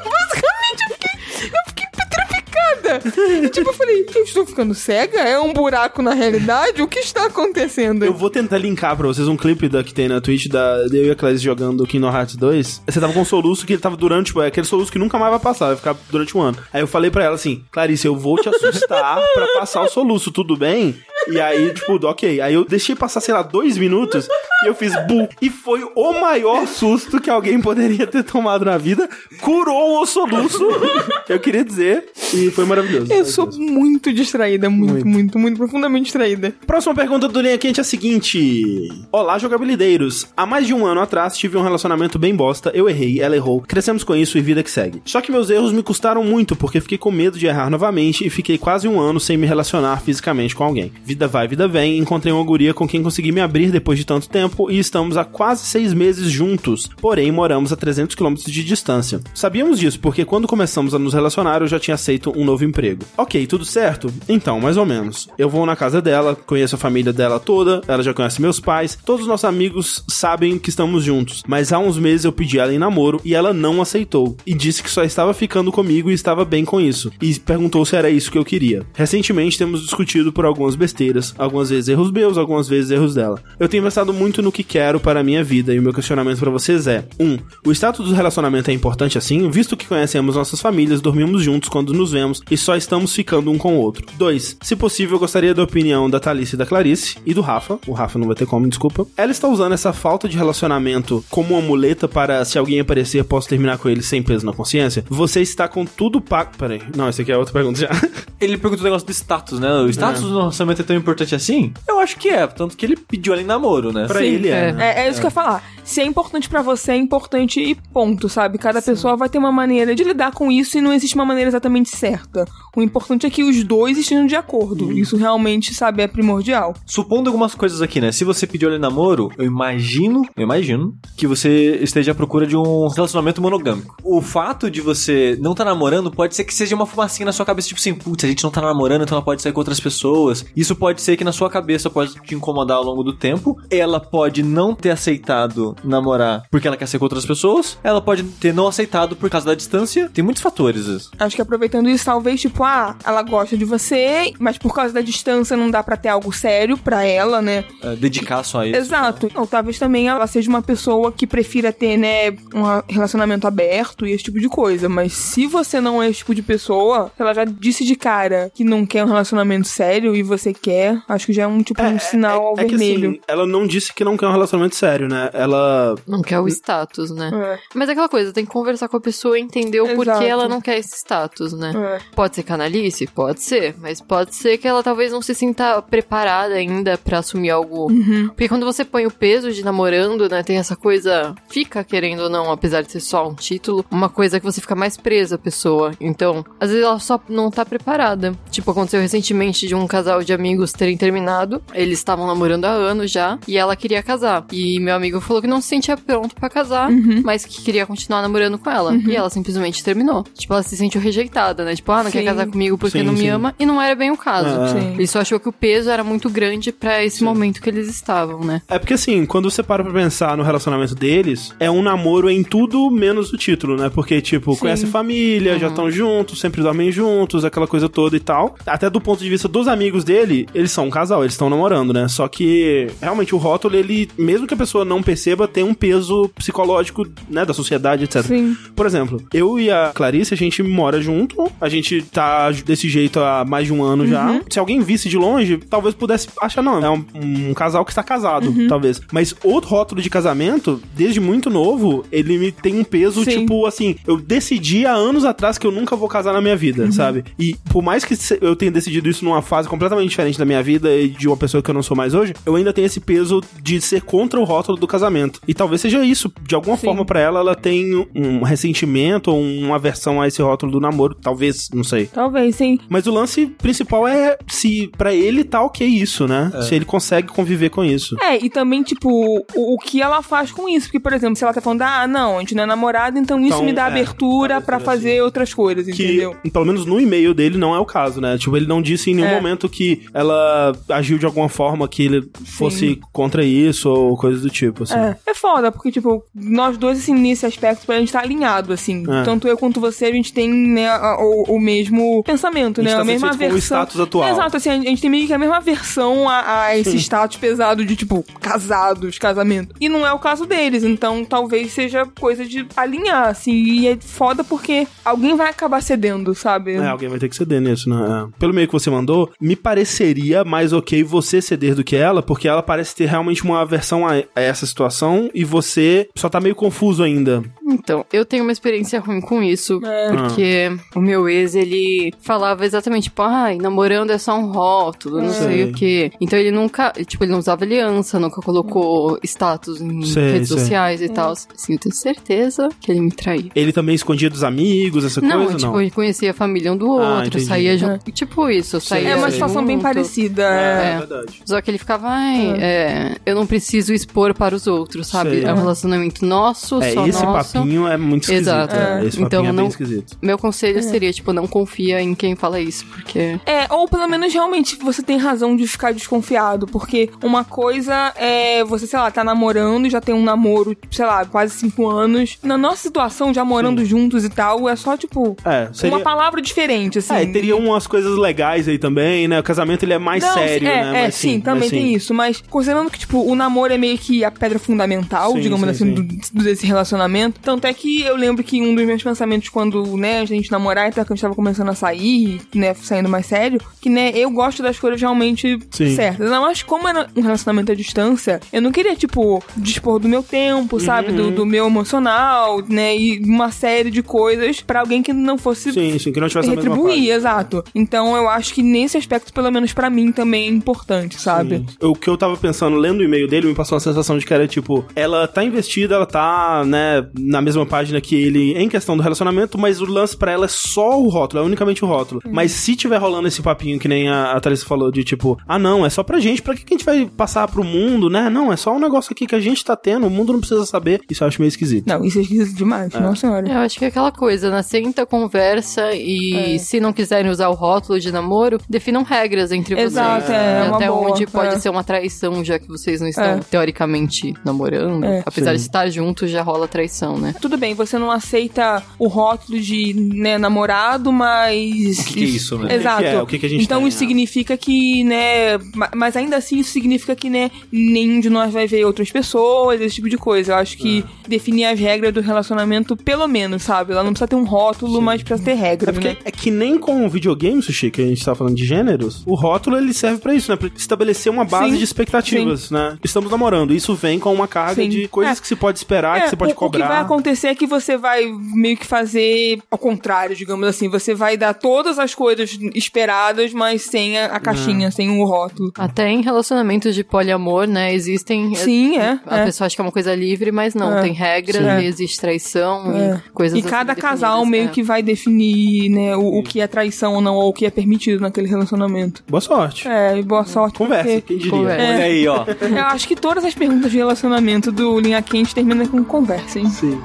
C: Basicamente, eu fiquei, eu fiquei petrificada. E, tipo, eu falei, eu estou ficando cega? É um buraco na realidade? O que está acontecendo?
A: Eu vou tentar linkar pra vocês um clipe da, que tem na Twitch da de eu e a Clarice jogando Kingdom Hearts 2. Você tava com um soluço que ele tava durante, tipo, é aquele soluço que nunca mais vai passar, vai ficar durante um ano. Aí eu falei pra ela assim, Clarice, eu vou te assustar pra passar o soluço, tudo bem? E aí, tipo, ok. Aí eu deixei passar, sei lá, dois minutos e eu fiz bu. E foi o maior susto que alguém poderia ter tomado na vida. Curou o soluço, eu queria dizer. E foi maravilhoso.
C: Eu sou muito distraída, muito, muito, muito, profundamente distraída.
A: Próxima pergunta do Linha Quente é a seguinte: Olá, jogabilideiros. Há mais de um ano atrás tive um relacionamento bem bosta, eu errei, ela errou, crescemos com isso e vida que segue. Só que meus erros me custaram muito porque fiquei com medo de errar novamente e fiquei quase um ano sem me relacionar fisicamente com alguém. Vida vai, vida vem, encontrei uma guria com quem consegui me abrir depois de tanto tempo e estamos há quase seis meses juntos, porém moramos a 300 quilômetros de distância. Sabíamos disso porque quando começamos a nos relacionar eu já tinha aceito um novo emprego. Ok, tudo certo? Então, mais ou menos. Eu vou na casa dela, conheço a família dela toda, ela já conhece meus pais, todos os nossos amigos sabem que estamos juntos. Mas há uns meses eu pedi ela em namoro e ela não aceitou e disse que só estava ficando comigo e estava bem com isso. E perguntou se era isso que eu queria. Recentemente temos discutido por algumas besteiras, algumas vezes erros meus, algumas vezes erros dela. Eu tenho pensado muito no que quero para a minha vida e o meu questionamento para vocês é: 1. Um, o status do relacionamento é importante assim, visto que conhecemos nossas famílias, dormimos juntos quando nos vemos e só estamos ficando um com o outro. 2. Se possível, eu gostaria da opinião da Thalissa e da Clarice e do Rafa. O Rafa não vai ter como, desculpa. Ela está usando essa falta de relacionamento como uma muleta para se alguém aparecer, posso terminar com ele sem peso na consciência? Você está com tudo pago. Peraí, não, essa aqui é outra pergunta já.
B: Ele perguntou o negócio do status, né? O status do relacionamento é tão importante assim? Eu acho que é, tanto que ele pediu ela em namoro, né?
A: Pra
D: Sim,
A: ele é.
D: é.
A: né?
C: É, é isso que eu ia falar. Se é importante pra você, é importante e ponto, sabe? Cada pessoa vai ter uma maneira de lidar com isso e não existe uma maneira exatamente certa. O importante é que os dois estejam de acordo. Isso realmente, sabe, é primordial.
B: Supondo algumas coisas aqui, né? Se você pediu ele em namoro, eu imagino, eu imagino que você esteja à procura de um relacionamento monogâmico. O fato de você não estar namorando pode ser que seja uma fumacinha na sua cabeça, tipo assim, putz, a gente não tá namorando, então ela pode sair com outras pessoas. Isso pode ser que na sua cabeça pode te incomodar ao longo do tempo. Ela pode não ter aceitado namorar porque ela quer ser com outras pessoas. Ela pode ter não aceitado por causa da distância. Tem muitos fatores. isso.
C: Acho que aproveitando isso, talvez, tipo, ah, ela gosta de você, mas por causa da distância não dá pra ter algo sério pra ela, né?
B: É, dedicar só a isso.
C: Exato. Ou talvez também ela seja uma pessoa que prefira ter, né, um relacionamento aberto e esse tipo de coisa. Mas se você não é esse tipo de pessoa, se ela já disse de cara que não quer um relacionamento sério e você quer, acho que já é um tipo um sinal ao
A: é que,
C: vermelho.
A: assim, ela não disse que não quer um relacionamento sério, né? Ela
D: Não quer o status, né?
C: É.
D: Mas é aquela coisa, tem que conversar com a pessoa e entender o
C: Exato.
D: porquê ela não quer esse status, né?
C: É.
D: Pode ser canalice? Pode ser. Mas pode ser que ela talvez não se sinta preparada ainda pra assumir algo. Porque quando você põe o peso de namorando, né? Tem essa coisa. Fica querendo ou não, apesar de ser só um título, uma coisa que você fica mais presa à pessoa. Então, às vezes ela só não tá preparada. Tipo, aconteceu recentemente de um casal de amigos terem terminado. Eles estavam namorando há anos já. E ela queria casar. E meu amigo falou que não se sentia pronto pra casar, mas que queria continuar namorando com ela. E ela simplesmente terminou. Tipo, ela se sentiu rejeitada, né? Tipo, ah, não
C: Sim.
D: quer casar comigo porque
A: Sim,
D: não me
A: sim.
D: ama. E não era bem o caso.
A: Ah.
C: Sim.
D: Ele só achou que o peso era muito grande pra esse momento que eles estavam, né?
A: É porque assim, quando você para pra pensar no relacionamento deles, é um namoro em tudo menos o título, né? Porque, tipo,
C: Sim.
A: conhece família, já estão juntos, sempre dormem juntos, aquela coisa toda e tal. Até do ponto de vista dos amigos dele, eles são um casal, eles estão namorando, né? Só que realmente o rótulo ele ele, mesmo que a pessoa não perceba, tem um peso psicológico, né, da sociedade, etc.
C: Sim.
A: Por exemplo, eu e a Clarice, a gente mora junto, a gente tá desse jeito há mais de um ano
C: Uhum.
A: já. Se alguém visse de longe, talvez pudesse achar, não, é um, um casal que está casado,
C: Uhum.
A: talvez. Mas o rótulo de casamento, desde muito novo, ele me tem um peso,
C: Sim.
A: tipo, assim, eu decidi há anos atrás que eu nunca vou casar na minha vida, sabe? E por mais que se- eu tenha decidido isso numa fase completamente diferente da minha vida e de uma pessoa que eu não sou mais hoje, eu ainda tenho esse peso de ser contra o rótulo do casamento. E talvez seja isso, de alguma
C: Sim.
A: forma pra ela, ela tem um ressentimento ou uma aversão a esse rótulo do namoro, talvez, não sei.
C: Talvez, sim.
A: Mas o lance principal é se pra ele tá ok isso, né? Se ele consegue conviver com isso.
C: É, e também, tipo, o, o que ela faz com isso. Porque, por exemplo, se ela tá falando, ah, não, a gente não é namorada, então isso
A: Então,
C: me dá
A: é,
C: abertura pra fazer outras coisas,
A: que, um,
C: entendeu?
A: pelo menos no e-mail dele, não é o caso, né? Tipo, ele não disse em nenhum
C: É.
A: momento que ela agiu de alguma forma que ele fosse contra isso ou coisa do tipo, assim.
C: É, é foda, porque, tipo, nós dois, assim, nesse aspecto, a gente tá alinhado, assim.
A: É.
C: Tanto eu quanto você, a gente tem, né, a- o, o mesmo pensamento,
A: A gente
C: né?
A: tá
C: a mesma
A: satisfeito com o
C: versão.
A: status atual.
C: Exato, assim, a gente tem meio que a mesma versão a, a esse status pesado de, tipo, casados, casamento. E não é o caso deles, então talvez seja coisa de alinhar, assim. E é foda porque alguém vai acabar cedendo, sabe?
A: É, alguém vai ter que ceder nisso, né? É. Pelo meio que você mandou, me pareceria mais ok você ceder do que ela, porque ela parece ter realmente uma aversão a a essa situação e você só tá meio confuso ainda. Ah.
D: Então, eu tenho uma experiência ruim com isso.
C: É.
D: Porque o meu ex, ele falava exatamente, tipo, ai, namorando é só um rótulo,
C: É.
D: não sei
A: Sei.
D: o quê. Então ele nunca, tipo, ele não usava aliança, nunca colocou status em
A: Sei,
D: redes
A: sei.
D: sociais
C: É.
D: e tal. Assim, eu tenho certeza que ele me traiu.
A: Ele também escondia dos amigos, essa
D: Não,
A: coisa,
D: tipo,
C: é.
A: não?
D: eu conhecia a família um do
A: Ah,
D: outro,
A: entendi.
D: saía junto. Tipo isso, eu
A: Sei,
D: saía
C: É uma
A: sei.
C: situação bem
D: junto.
C: parecida.
D: É.
A: verdade.
D: Só que ele ficava, ai,
C: Ah.
D: é, eu não preciso expor para os outros, sabe?
A: Sei.
D: É um relacionamento nosso,
A: É,
D: só
A: esse
D: nosso.
A: papinho é muito esquisito.
D: Exato.
A: é. Esse papinho
D: Então,
A: é bem
D: não-
A: esquisito.
D: Meu conselho seria, tipo, não confia em quem fala isso, porque.
C: É, ou pelo menos realmente você tem razão de ficar desconfiado, porque uma coisa é você, sei lá, tá namorando e já tem um namoro, sei lá, quase cinco anos. Na nossa situação, já morando juntos e tal, é só, tipo,
A: É, seria...
C: uma palavra diferente, assim.
A: É, e teria umas coisas legais aí também, né? O casamento ele é mais
C: Não,
A: sério,
C: é,
A: né?
C: É,
A: Mas
C: sim, também
A: mas
C: tem isso. Mas considerando que, tipo, o namoro é meio que a pedra fundamental,
A: Sim,
C: digamos
A: sim,
C: assim,
A: sim.
C: do- desse relacionamento. Tanto é que eu lembro que um dos meus pensamentos quando, né, a gente namorar e tal, que a gente tava começando a sair, né, saindo mais sério, que, né, eu gosto das coisas realmente
A: Sim.
C: certas. Não, mas como era um relacionamento à distância, eu não queria, tipo, dispor do meu tempo,
A: Uhum.
C: sabe? Do, do meu emocional, né, e uma série de coisas pra alguém que não fosse
A: Sim, sim, que não tivesse a mesma
C: retribuir, exato. Então eu acho que nesse aspecto, pelo menos pra mim, também é importante, sabe?
A: O que eu tava pensando, lendo o e-mail dele, me passou uma sensação de que era tipo, ela tá investida, ela tá, né, na mesma página que ele em questão do relacionamento, mas o lance pra ela é só o rótulo, é unicamente o rótulo. Mas se tiver rolando esse papinho que nem a, a Thalissa falou, de tipo, ah não, é só pra gente, pra que, que a gente vai passar pro mundo, né? Não, é só um negócio aqui que a gente tá tendo, o mundo não precisa saber. Isso eu acho meio esquisito.
C: Não, isso é esquisito demais, nossa senhora.
D: Eu acho que é aquela coisa, né? Senta, conversa e
C: É.
D: se não quiserem usar o rótulo de namoro, definam regras entre
C: Exato,
D: vocês.
C: é,
D: né?
C: é uma
D: Até
C: boa,
D: onde pode
C: é.
D: ser uma traição, já que vocês não estão
C: É.
D: teoricamente namorando.
C: É.
D: Apesar de
A: Sim.
D: estar juntos, já rola traição, né?
C: Tudo bem, você não aceita o rótulo de né, namorado, mas.
A: que é isso, né?
C: Exato.
A: O que que é? O que que a gente
C: então
A: tem,
C: isso
A: né?
C: significa que, né. ma- Mas ainda assim, isso significa que, né, nenhum de nós vai ver outras pessoas, esse tipo de coisa. Eu acho que
A: É.
C: definir as regras do relacionamento, pelo menos, sabe? Ela não precisa ter um rótulo, mas precisa ter regra.
A: É, porque
C: né?
A: é que nem com o videogame, Sushi, que a gente tá falando de gêneros, o rótulo ele serve pra isso, né? Pra estabelecer uma base
C: Sim,
A: de expectativas, né? Estamos namorando, isso vem com uma carga
C: Sim.
A: de coisas
C: É.
A: que se pode esperar,
C: É,
A: que você pode
C: o,
A: cobrar.
C: O que vai acontecer é que você vai meio que fazer ao contrário, digamos assim. Você vai dar todas as coisas esperadas, mas sem a, a caixinha,
A: Ah.
C: sem o rótulo.
D: Até em relacionamentos de poliamor, né? Existem.
C: Sim, é.
D: A
C: é.
D: pessoa acha que é uma coisa livre, mas não.
C: É.
D: Tem regras,
C: Sim.
D: e existe traição
C: É.
D: e coisas
C: E
D: assim
C: cada
D: definidas,
C: casal meio
D: é.
C: que vai definir, né, o, o que é traição ou não, ou o que é permitido naquele relacionamento.
A: Boa sorte.
C: É, e boa sorte.
A: Hum, Conversa,
C: porque
A: quem diria.
D: Conversa.
C: É.
B: Olha aí, ó.
C: Eu acho que todas as perguntas de relacionamento do Linha Quente terminam com conversa, hein?
A: Sim.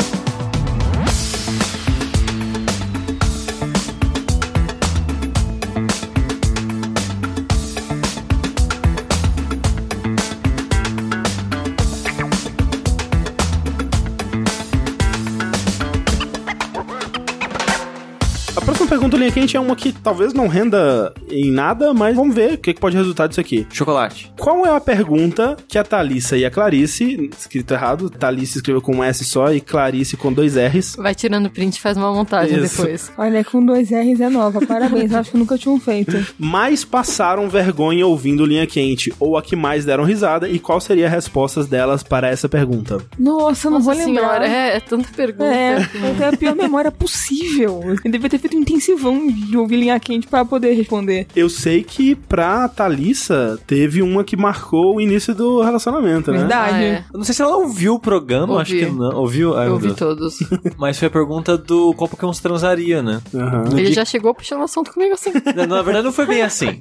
A: A próxima Linha Quente é uma que talvez não renda em nada, mas vamos ver o que, que pode resultar disso aqui.
B: Chocolate.
A: Qual é a pergunta que a Thalissa e a Clarice, escrito errado, Thalissa escreveu com um S só e Clarice com dois R's.
D: Vai tirando print e faz uma montagem
A: Isso.
D: depois.
C: Olha, com dois R's é nova. Parabéns, eu acho que nunca tinham feito.
A: Mais passaram vergonha ouvindo Linha Quente, ou a que mais deram risada, e qual seria as respostas delas para essa pergunta?
C: Nossa, eu não
D: Nossa
C: vou
D: senhora,
C: lembrar.
D: É, é tanta pergunta.
C: É, eu tenho a pior memória possível. Eu devia ter feito um intensivão de ouvir linha quente pra poder responder.
A: Eu sei que pra Thalissa teve uma que marcou o início do relacionamento, né?
D: Ah,
C: Verdade.
D: é.
B: Eu não sei se ela ouviu o programa, acho
D: Ouvi.
B: que não. Ouviu? Ai,
D: Eu
B: meu
D: ouvi
B: Deus.
D: todos.
B: Mas foi a pergunta do qual Pokémon se transaria, né?
A: Aham.
B: No
D: Ele
B: dia-
D: já chegou puxando assunto comigo assim.
B: Na, na verdade, não foi bem assim.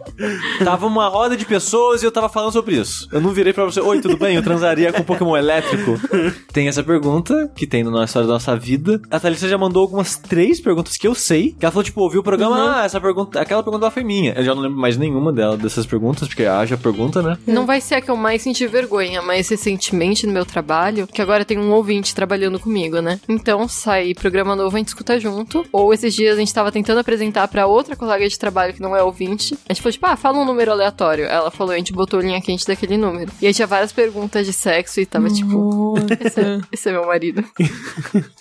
B: Tava uma roda de pessoas e eu tava falando sobre isso. Eu não virei pra você, oi, tudo bem? Eu transaria com um Pokémon elétrico? Tem essa pergunta, que tem na história da nossa vida. A Thalissa já mandou algumas três perguntas que eu sei. Que ela falou, tipo, ouviu o programa,
D: Uhum.
B: ah, essa pergunta, aquela pergunta lá foi minha. Eu já não lembro mais nenhuma dela, dessas perguntas, porque haja pergunta, né?
D: Não vai ser a que eu mais senti vergonha, mas recentemente no meu trabalho, que agora tem um ouvinte trabalhando comigo, né? Então sai programa novo, a gente escuta junto. Ou esses dias a gente tava tentando apresentar pra outra colega de trabalho que não é ouvinte. A gente falou, tipo, ah, fala um número aleatório. Ela falou, a gente botou linha quente daquele número. E aí tinha várias perguntas de sexo e tava
C: Uhum.
D: tipo, esse é, esse é meu marido.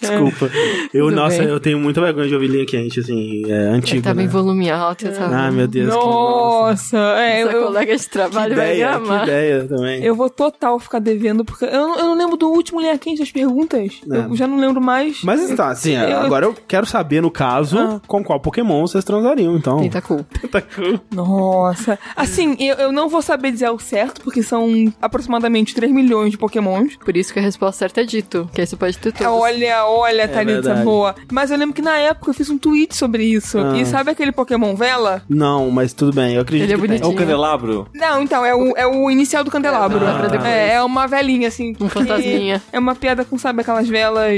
A: Desculpa. Eu,
D: Tudo
A: nossa,
D: bem.
A: eu tenho muita vergonha de ouvir Linha Quente, assim, é
D: Ele
A: antigo.
D: tava em
A: né?
D: volume alto, eu tava.
A: Ah, meu Deus. que-
C: Nossa, é, eu,
D: Essa
C: eu,
D: colega de
A: Que
D: trabalho vai me
A: ideia, que
D: amar.
A: ideia também.
C: eu vou total ficar devendo, porque eu, não- eu não lembro do último linha quente das perguntas.
A: É.
C: Eu já não lembro mais.
A: Mas tá, assim,
C: eu-
A: agora eu quero saber, no caso, com qual Pokémon vocês transariam, então.
D: Tentacul.
C: Nossa. Assim, eu, eu não vou saber dizer ao certo, porque são aproximadamente 3 milhões de pokémons.
D: Por isso que a resposta certa é dito, que aí você pode
C: É
D: ter todos.
C: Olha, olha, Thalita,
A: É verdade.
C: boa. Mas eu lembro que na época eu fiz um tweet sobre isso.
A: Ah.
C: E sabe aquele Pokémon Vela?
A: Não, mas tudo bem, eu acredito
D: Ele é
A: que
B: É o
D: bonitinho.
B: candelabro?
C: Não, então, é o, é o inicial do candelabro.
A: tá,
D: candelabro depois.
C: é, é uma velhinha, assim. que-
D: Um fantasminha.
C: É uma piada com, sabe, aquelas velas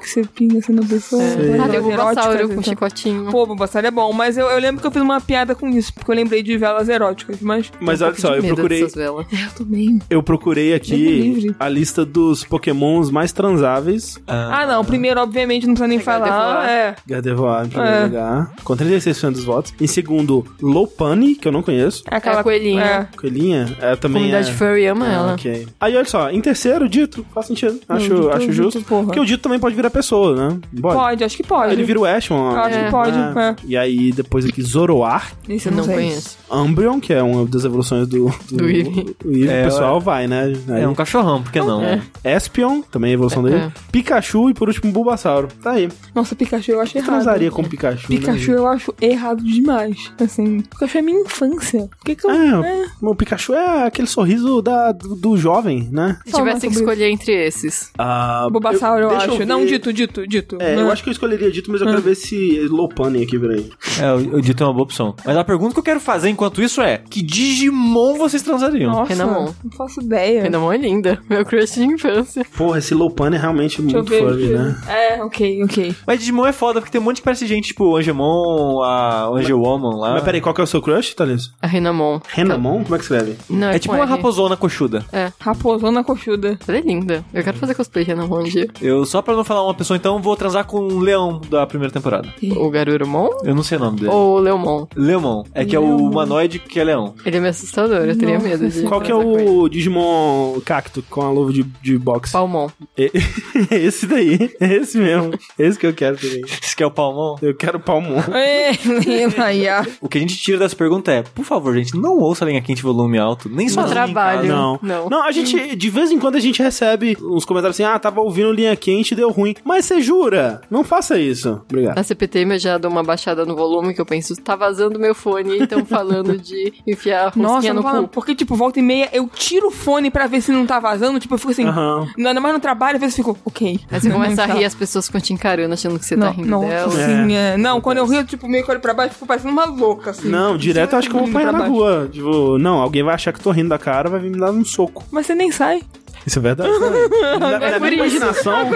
C: que você pinga assim na pessoa.
A: Sei.
D: Ah, tem
C: Velas
D: o Bulbasauro
C: eróticas,
D: com
C: então.
D: chicotinho.
C: Pô, Bulbasauro é bom, mas eu, eu lembro que eu fiz uma piada com isso, porque eu lembrei de velas eróticas, mas...
A: Mas olha só, eu
D: um medo
A: procurei,
D: dessas velas.
C: Eu também.
A: eu procurei
C: Deus me
A: aqui
C: livre.
A: a lista dos Pokémons mais transáveis.
C: Ah, não, primeiro, obviamente, não precisa nem falar.
D: Gardevoir.
C: É.
A: Gardevoir em primeiro
C: É.
A: lugar, com 36% dos votos. Em segundo, Lopunny, que eu não conheço.
C: É aquela
D: É a coelhinha.
C: É.
A: Coelhinha, é, também
D: Comunidade
A: é...
D: furry ama
A: Ah,
D: ela.
A: ok. Aí, olha só, em terceiro, Dito, faz sentido. Acho,
C: Dito,
A: acho
C: Dito,
A: justo.
C: porra.
A: Porque o Dito também pode virar pessoa, né? Pode.
C: Pode, acho que pode.
A: Ele vira o Ashman.
C: Eu acho
A: né?
C: que pode, é.
A: E aí, depois aqui, Zoroark.
C: Esse eu
D: Não,
C: não, sei.
D: conheço.
A: Umbreon, que é uma das evoluções do, do,
D: Do Eevee.
A: do Eevee,
B: É,
A: o pessoal vai, né? Aí,
B: É um cachorrão, por que não?
A: Espion, também é a evolução dele.
D: É.
A: Pikachu e por último Bulbasauro. Tá aí.
C: Nossa, Pikachu eu acho
A: Eu
C: errado.
A: transaria com o Pikachu.
C: Pikachu
A: Né?
C: eu acho errado demais. Assim, Pikachu é minha infância. Por que, que eu.
A: É, o Pikachu é aquele sorriso da, do, do jovem, né?
D: Se
C: Fala mais
D: tivesse que
C: sobre
D: escolher entre esses.
A: Ah,
C: Bulbasaur, eu,
A: deixa
C: acho.
A: ver.
C: Não, dito, Hum. dito, dito.
A: É, eu acho que eu escolheria Dito, mas eu quero ver se Lopunny aqui, peraí.
B: É, o, o Dito é uma boa opção. Mas a pergunta que eu quero fazer enquanto isso é: que Digimon vocês transariam?
C: Nossa,
D: Renamon.
C: não faço ideia.
D: Renamon é linda. Meu crush de infância.
A: Porra, esse Lopunny é realmente
C: Deixa eu
A: muito
C: ver.
A: furry,
C: deixa eu
A: né?
C: ver. É, ok, ok.
B: Mas Digimon é foda, porque tem um monte que parece gente, tipo o Angemon, a Angelwoman lá.
A: Mas peraí, qual que é o seu crush, Thalys?
D: A Renamon.
A: Renamon? Como é que escreve?
D: Não, é,
B: É tipo
D: com
B: uma
D: R.
B: raposona coxuda.
C: Raposona coxuda.
D: Ela é linda. Eu quero fazer cosplay de Renamon um dia.
B: Eu, só pra não falar uma pessoa, então, vou transar com um leão da primeira temporada.
D: O Garurumon?
B: Eu não sei o nome
A: Oh.
B: dele.
D: Ou o Leomon?
B: Leomon. É que é o humanoide que é leão.
D: Ele é meio assustador, eu teria
C: Nossa
D: medo de.
C: senhora.
A: Qual que é
D: transar com ele.
A: o Digimon cacto com a luva de, de boxe?
D: Palmon.
A: E- Esse daí, esse mesmo. Esse que eu quero também.
B: Esse que é o palmon.
A: Eu quero palmon.
C: Ê, Lena, ia.
B: O que a gente tira dessa pergunta é, por favor, gente, não ouça a linha quente volume alto, nem sozinho. em
D: trabalho.
B: casa.
A: Não.
D: Não.
A: a gente, de vez em quando a gente recebe uns comentários assim: ah, tava ouvindo linha quente e deu ruim. Mas você jura? Não faça isso. Obrigado.
D: Na CPTM eu já dou uma baixada no volume que eu penso, tá vazando meu fone e estão falando de enfiar a
C: Nossa,
D: rosquinha
C: não fala,
D: no cu.
C: porque, tipo, volta e meia eu tiro o fone pra ver se não tá vazando. Tipo, eu fico assim.
A: Aham.
C: Não, ainda mais no trabalho, às vezes eu fico, ok.
D: Aí você
C: Não,
D: começa a
C: tá.
D: rir, as pessoas ficam te encarando, achando que você tá
C: não,
D: rindo
C: não,
D: dela.
C: Sim, é. Não, quando eu rio, tipo, meio que olho pra baixo, fico parecendo uma louca, assim.
A: Não, direto eu acho que eu vou apanhar na
C: Pra baixo.
A: rua. Tipo, não, alguém vai achar que eu tô rindo da cara, vai vir me dar um soco.
C: Mas você nem sai.
A: Isso é verdade. né? Na, na
D: é por
A: minha
D: isso.
A: imaginação.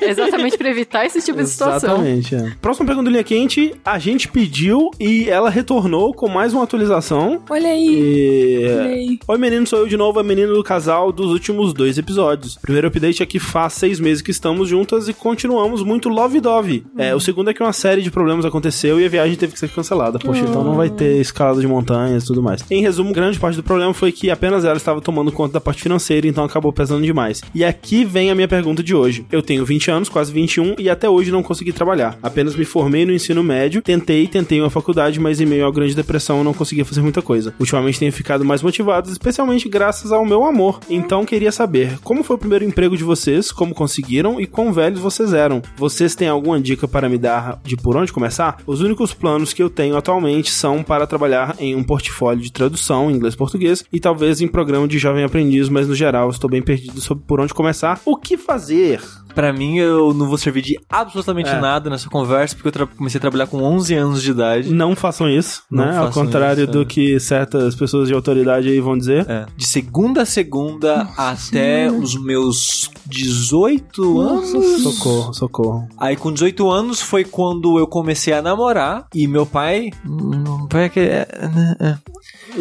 D: É Exatamente pra evitar esse tipo de situação.
A: Exatamente. É. Próxima pergunta do Linha Quente, a gente pediu e ela retornou com mais uma atualização.
C: Olha aí. Olha
A: E.
C: aí.
A: Oi, menino, sou eu de novo, a menino do casal dos últimos dois episódios. Primeiro update é que faz seis meses que estamos juntas e continuamos muito love dove. É, o segundo é que uma série de problemas aconteceu e a viagem teve que ser cancelada. Poxa, então não vai ter escalada de montanhas e tudo mais. Em resumo, grande parte do problema foi que apenas ela estava tomando conta da parte financeira, então acabou pesando demais. E aqui vem a minha pergunta de hoje. Eu tenho 20 anos, quase 21, e até hoje não consegui trabalhar. Apenas me formei no ensino médio, tentei, tentei uma faculdade, mas em meio à grande depressão eu não conseguia fazer muita coisa. Ultimamente tenho ficado mais motivado, especialmente graças ao meu amor. Então queria saber, como foi o primeiro emprego de vocês, como conseguiram e quão velhos vocês eram? Vocês têm alguma dica para me dar de por onde começar? Os únicos planos que eu tenho atualmente são para trabalhar em um portfólio de tradução, inglês-português, e talvez em programa de jovem aprendiz, mas no geral estou bem perdido sobre por onde começar, o que fazer.
B: Pra mim, eu não vou servir de absolutamente
A: É.
B: nada nessa conversa, porque eu tra- comecei a trabalhar com 11 anos de idade.
A: Não façam isso,
B: Não
A: né? Ao
B: façam
A: contrário
B: isso,
A: do
B: é.
A: que certas pessoas de autoridade aí vão dizer.
B: É. De segunda a segunda até os meus 18 anos.
A: Socorro, socorro.
B: Aí com 18 anos foi quando eu comecei a namorar e meu pai. Hum, Meu pai é que. É, né, é.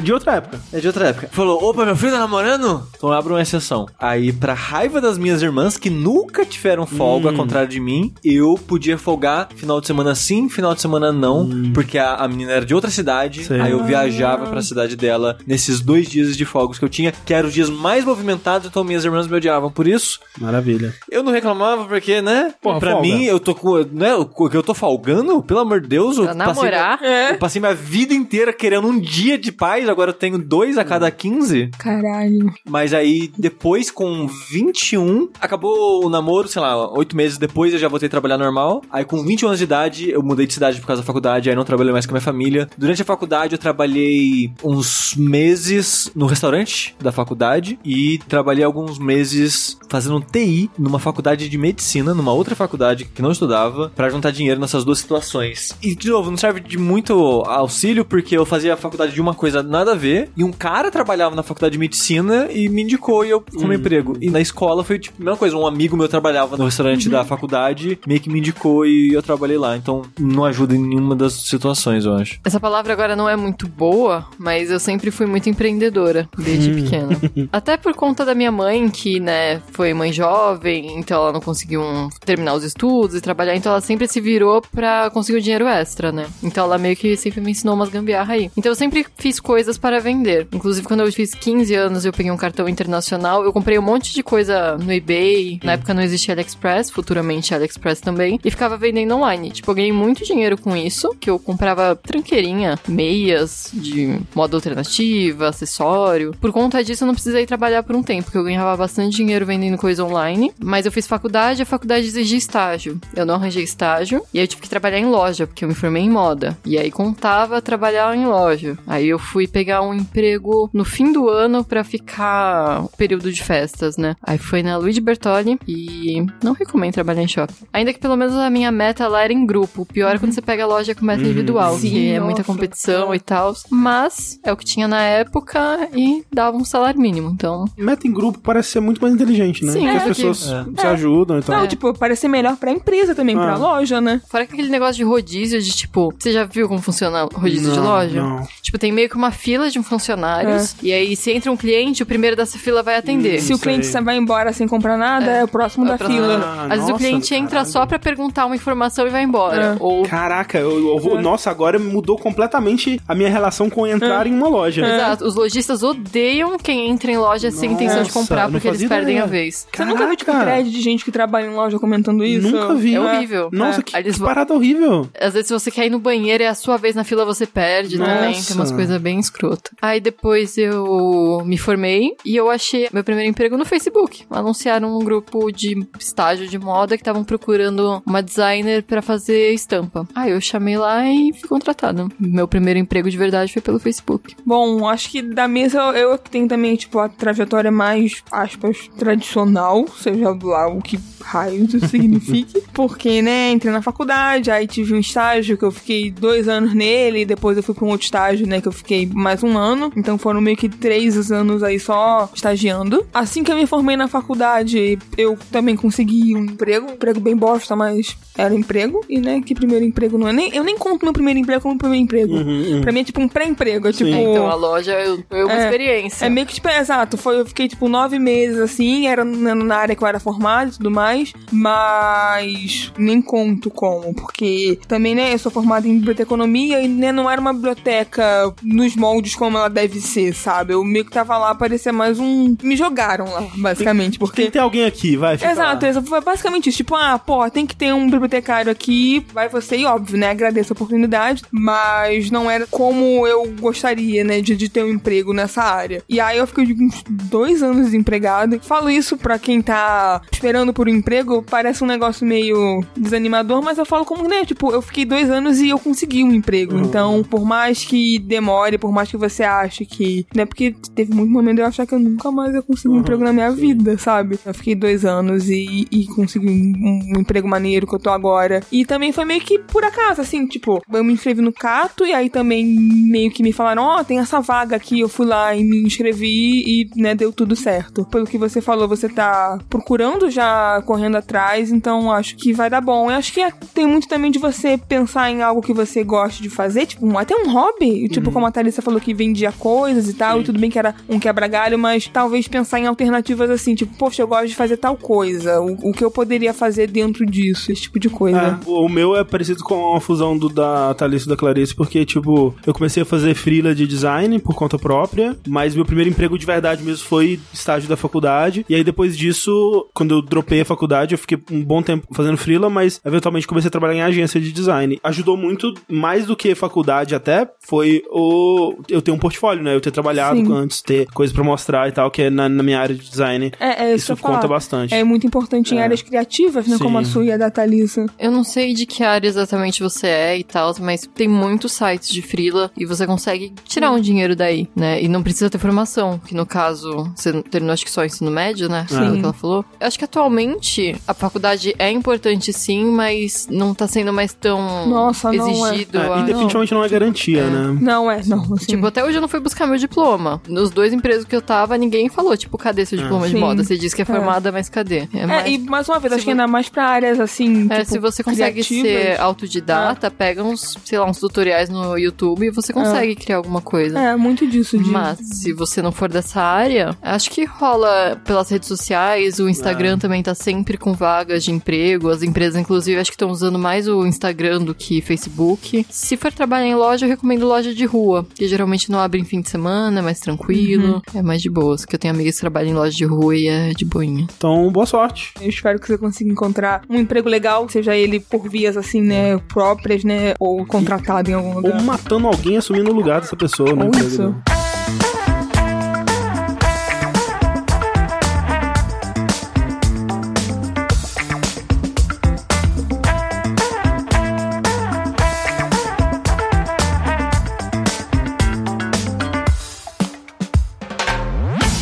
A: De outra época.
B: É de outra época. Falou, opa, meu filho tá namorando? Então eu abro uma exceção. Aí, pra raiva das minhas irmãs, que nunca tiveram folga, ao contrário de mim, eu podia folgar final de semana sim, final de semana não, porque a, a menina era de outra cidade,
A: Sei.
B: aí eu viajava pra cidade dela nesses dois dias de folgos que eu tinha, que eram os dias mais movimentados, então minhas irmãs me odiavam por isso.
A: Maravilha.
B: Eu não reclamava porque, né?
A: Porra,
B: pra
A: folga.
B: mim, eu tô com. Né, o que eu tô folgando, pelo amor de Deus, eu
D: Pra
B: passei-
D: namorar.
C: É.
B: eu passei minha vida inteira querendo um dia de paz, agora eu tenho dois a cada 15.
C: Caralho.
B: Mas aí, depois, com 21, acabou o namoro, sei lá, oito meses depois eu já voltei a trabalhar normal. Aí, com 21 anos de idade, eu mudei de cidade por causa da faculdade, aí não trabalhei mais com a minha família. Durante a faculdade, eu trabalhei uns meses no restaurante da faculdade e trabalhei alguns meses fazendo TI numa faculdade de medicina, numa outra faculdade que não estudava, pra juntar dinheiro nessas duas situações. E, de novo, não serve de muito auxílio, porque eu fazia a faculdade de uma coisa nada a ver, e um cara trabalhava na faculdade de medicina e me indicou e eu como emprego. E na escola foi, tipo, a mesma coisa, um amigo meu trabalhava no restaurante da faculdade, meio que me indicou e eu trabalhei lá. Então, não ajuda em nenhuma das situações, eu acho.
D: Essa palavra agora não é muito boa, mas eu sempre fui muito empreendedora desde pequena. Até por conta da minha mãe, que, né, foi mãe jovem, então ela não conseguiu um- terminar os estudos e trabalhar, então ela sempre se virou pra conseguir o dinheiro extra, né? Então ela meio que sempre me ensinou umas gambiarra aí. Então eu sempre fiz coisas para vender. Inclusive, quando eu fiz 15 anos, eu peguei um cartão internacional, eu comprei um monte de coisa no eBay. Na época não existia AliExpress, futuramente AliExpress também. E ficava vendendo online. Tipo, eu ganhei muito dinheiro com isso, que eu comprava tranqueirinha, meias de moda alternativa, acessório. Por conta disso, eu não precisei trabalhar por um tempo, porque eu ganhava bastante dinheiro vendendo coisa online. Mas eu fiz faculdade, a faculdade exigia estágio. Eu não arranjei estágio. E aí eu tive que trabalhar em loja, porque eu me formei em moda. E aí contava trabalhar em loja. Aí eu fui pegar um emprego no fim do ano pra ficar o período de festas, né? Aí foi na Luigi Bertoli e não recomendo trabalhar em shopping. Ainda que pelo menos a minha meta lá era em grupo. O pior é quando você pega a loja com meta individual,
C: Sim,
D: que é
C: nossa.
D: muita competição e tal. Mas é o que tinha na época e dava um salário mínimo. Então,
A: Meta em grupo parece ser muito mais inteligente, né?
D: Sim,
A: Porque
D: é
A: as
D: que-
A: pessoas
B: é.
A: se ajudam e tal.
C: Não, tipo, parece ser melhor pra empresa também, pra
A: Tá. Ah.
C: loja, né?
D: fora que aquele negócio de rodízio de tipo, você já viu como funciona rodízio de
A: Não,
D: loja?
A: Não. É.
D: Tipo, tem meio que uma fila de funcionários. E aí, se entra um cliente, o primeiro dessa fila vai atender.
C: Se o cliente
A: sei.
C: vai embora sem comprar nada, é, o próximo
D: É o
C: da
D: próximo.
C: fila.
A: Ah,
D: Às vezes o
A: nossa,
D: cliente entra
A: caralho. É.
D: só pra perguntar uma informação e vai embora. Ou.
A: Caraca, eu, eu vou- nossa, agora mudou completamente a minha relação com entrar em uma loja.
D: Exato, os lojistas odeiam quem entra em loja sem
A: Nossa,
D: intenção de comprar
A: não
D: porque eles
A: fazia
D: perdem
A: ideia.
D: a vez.
C: Você nunca viu, tipo,
A: Caraca.
C: thread de gente que trabalha em loja comentando isso?
A: Nunca vi.
D: É horrível.
A: Nossa,
D: É.
A: que,
D: Aí eles
A: que
D: vão-
A: parada horrível.
D: Às vezes, se você quer ir no banheiro e é a sua vez na fila, você perde também.
A: Nossa.
D: Tem umas coisas bem escrotas. Aí depois eu me formei e eu achei meu primeiro emprego no Facebook. Anunciaram um grupo de estágio de moda que estavam procurando uma designer pra fazer estampa. Aí eu chamei lá e fui contratada. Meu primeiro emprego de verdade foi pelo Facebook.
C: Bom, acho que da mesa eu eu que tenho também, tipo, a trajetória mais, aspas, tradicional, seja lá o que raio isso signifique. Porque, né, entrei na faculdade, aí tive um estágio que eu fiquei dois anos nele, depois eu fui pra um outro estágio, né, que eu fiquei mais um ano. Então foram meio que três anos aí só estagiando. Assim que eu me formei na faculdade, eu também consegui um emprego. Um emprego bem bosta, mas era um emprego. E, né, que primeiro emprego não é nem... Eu nem conto meu primeiro emprego como primeiro
A: Uhum.
C: emprego. Pra mim é tipo um pré-emprego. É tipo...
D: É, então a loja eu- foi uma
C: É.
D: experiência.
C: É meio que, tipo, é, exato. Foi, eu fiquei, tipo, nove meses, assim. Era na, na área que eu era formada e tudo mais. Mas nem conto como. Porque também, né, eu sou formada em biblioteconomia e, né, não era uma biblioteca nos moldes como ela deve ser, sabe? Eu meio que tava lá, parecia mais um... Me jogaram lá, basicamente. Porque...
A: Tem que ter alguém aqui, vai. fica
C: Exato,
A: lá.
C: exato. Foi basicamente isso. Tipo, ah, pô, tem que ter um bibliotecário aqui. Vai você, e óbvio, né? Agradeço a oportunidade. Mas não era como eu gostaria, né? De, de ter um emprego nessa área. E aí eu fiquei de uns dois anos desempregada. Falo isso pra quem tá esperando por um emprego. Parece um negócio meio desanimador, mas eu falo como, né? Tipo, eu fiquei dois anos e eu consegui um emprego.
A: Uhum.
C: Então, por mais que demore, por mais que você ache que. Né? Porque teve muito momento de eu achar que eu nunca mais ia conseguir um emprego na minha vida, sabe? Eu fiquei dois anos e, e consegui um, um emprego maneiro que eu tô agora. E também foi meio que por acaso, assim, tipo, eu me inscrevi no Cato e aí também meio que me falaram: Ó, tem essa vaga aqui. Eu fui lá e me inscrevi e, né, deu tudo certo. Pelo que você falou, você tá procurando já, tá correndo atrás, então acho que vai dar bom. Eu acho que é- tem muito também de você pensar em algo que você gosta de fazer, tipo, um- até um hobby. Tipo,
A: Uhum.
C: como a Thalissa falou que vendia coisas e tal, e tudo bem que era um quebra-galho, mas talvez pensar em alternativas assim, tipo, poxa, eu gosto de fazer tal coisa, o, o que eu poderia fazer dentro disso, esse tipo de coisa.
A: É, o meu é parecido com a fusão do da Thalissa e da Clarice, porque, tipo, eu comecei a fazer freela de design por conta própria, mas meu primeiro emprego de verdade mesmo foi estágio da faculdade. E aí, depois disso, quando eu dropei a faculdade, eu fiquei um bom tempo fazendo freela, mas eventualmente comecei a trabalhar em agência de design. Ajudou muito, mais do que faculdade até, foi o eu ter um portfólio, né? Eu ter trabalhado
C: Sim.
A: antes, ter coisa pra mostrar e tal, que é na, na minha área de design.
C: É, é
A: isso
C: que eu ia
A: conta
C: falar.
A: bastante.
C: É muito importante em
A: É.
C: áreas criativas, né?
A: Sim.
C: Como a sua e a da Thalissa.
D: Eu não sei de que área exatamente você é e tal, mas tem muitos sites de freela e você consegue tirar um dinheiro daí, né? E não precisa ter formação, que no caso, você terminou acho que só o ensino médio, né?
A: Sim.
D: Pelo que ela falou. Eu acho que atualmente a faculdade é importante sim, mas não tá sendo mais tão
C: Nossa, não é.
D: exigido.
A: É,
D: a-
A: e definitivamente não é garantia, né?
C: Não, é, não. assim.
D: Tipo, até hoje eu não fui buscar meu diploma. Nos dois empregos que eu tava, ninguém falou, tipo, cadê seu diploma de
C: Sim.
D: moda? Você diz que é formada, mas cadê? É,
C: É,
D: mais-
C: e mais uma vez,
D: se
C: acho que
D: vo-
C: ainda mais pra áreas assim.
D: É,
C: tipo,
D: se você consegue
C: criativas.
D: ser autodidata, pega uns, sei lá, uns tutoriais no YouTube e você consegue criar alguma coisa.
C: Ah. É, muito disso. De...
D: Mas se você não for dessa área, acho que rola pelas redes sociais, o Instagram também tá sempre com vagas de emprego, as empresas inclusive acho que estão usando mais o Instagram do que Facebook. Se for trabalhar em loja, eu recomendo loja de rua, que geralmente não abre em fim de semana, é mais
C: Uhum.
D: tranquilo, é mais de boas, que eu tenho amigos que trabalham em loja de rua e é de boinha.
A: Então, boa sorte.
C: Eu espero que você consiga encontrar um emprego legal, seja ele por vias assim, né, próprias, né, ou contratado em algum lugar.
A: Ou matando alguém e assumindo o lugar dessa pessoa, né?
C: Ou isso.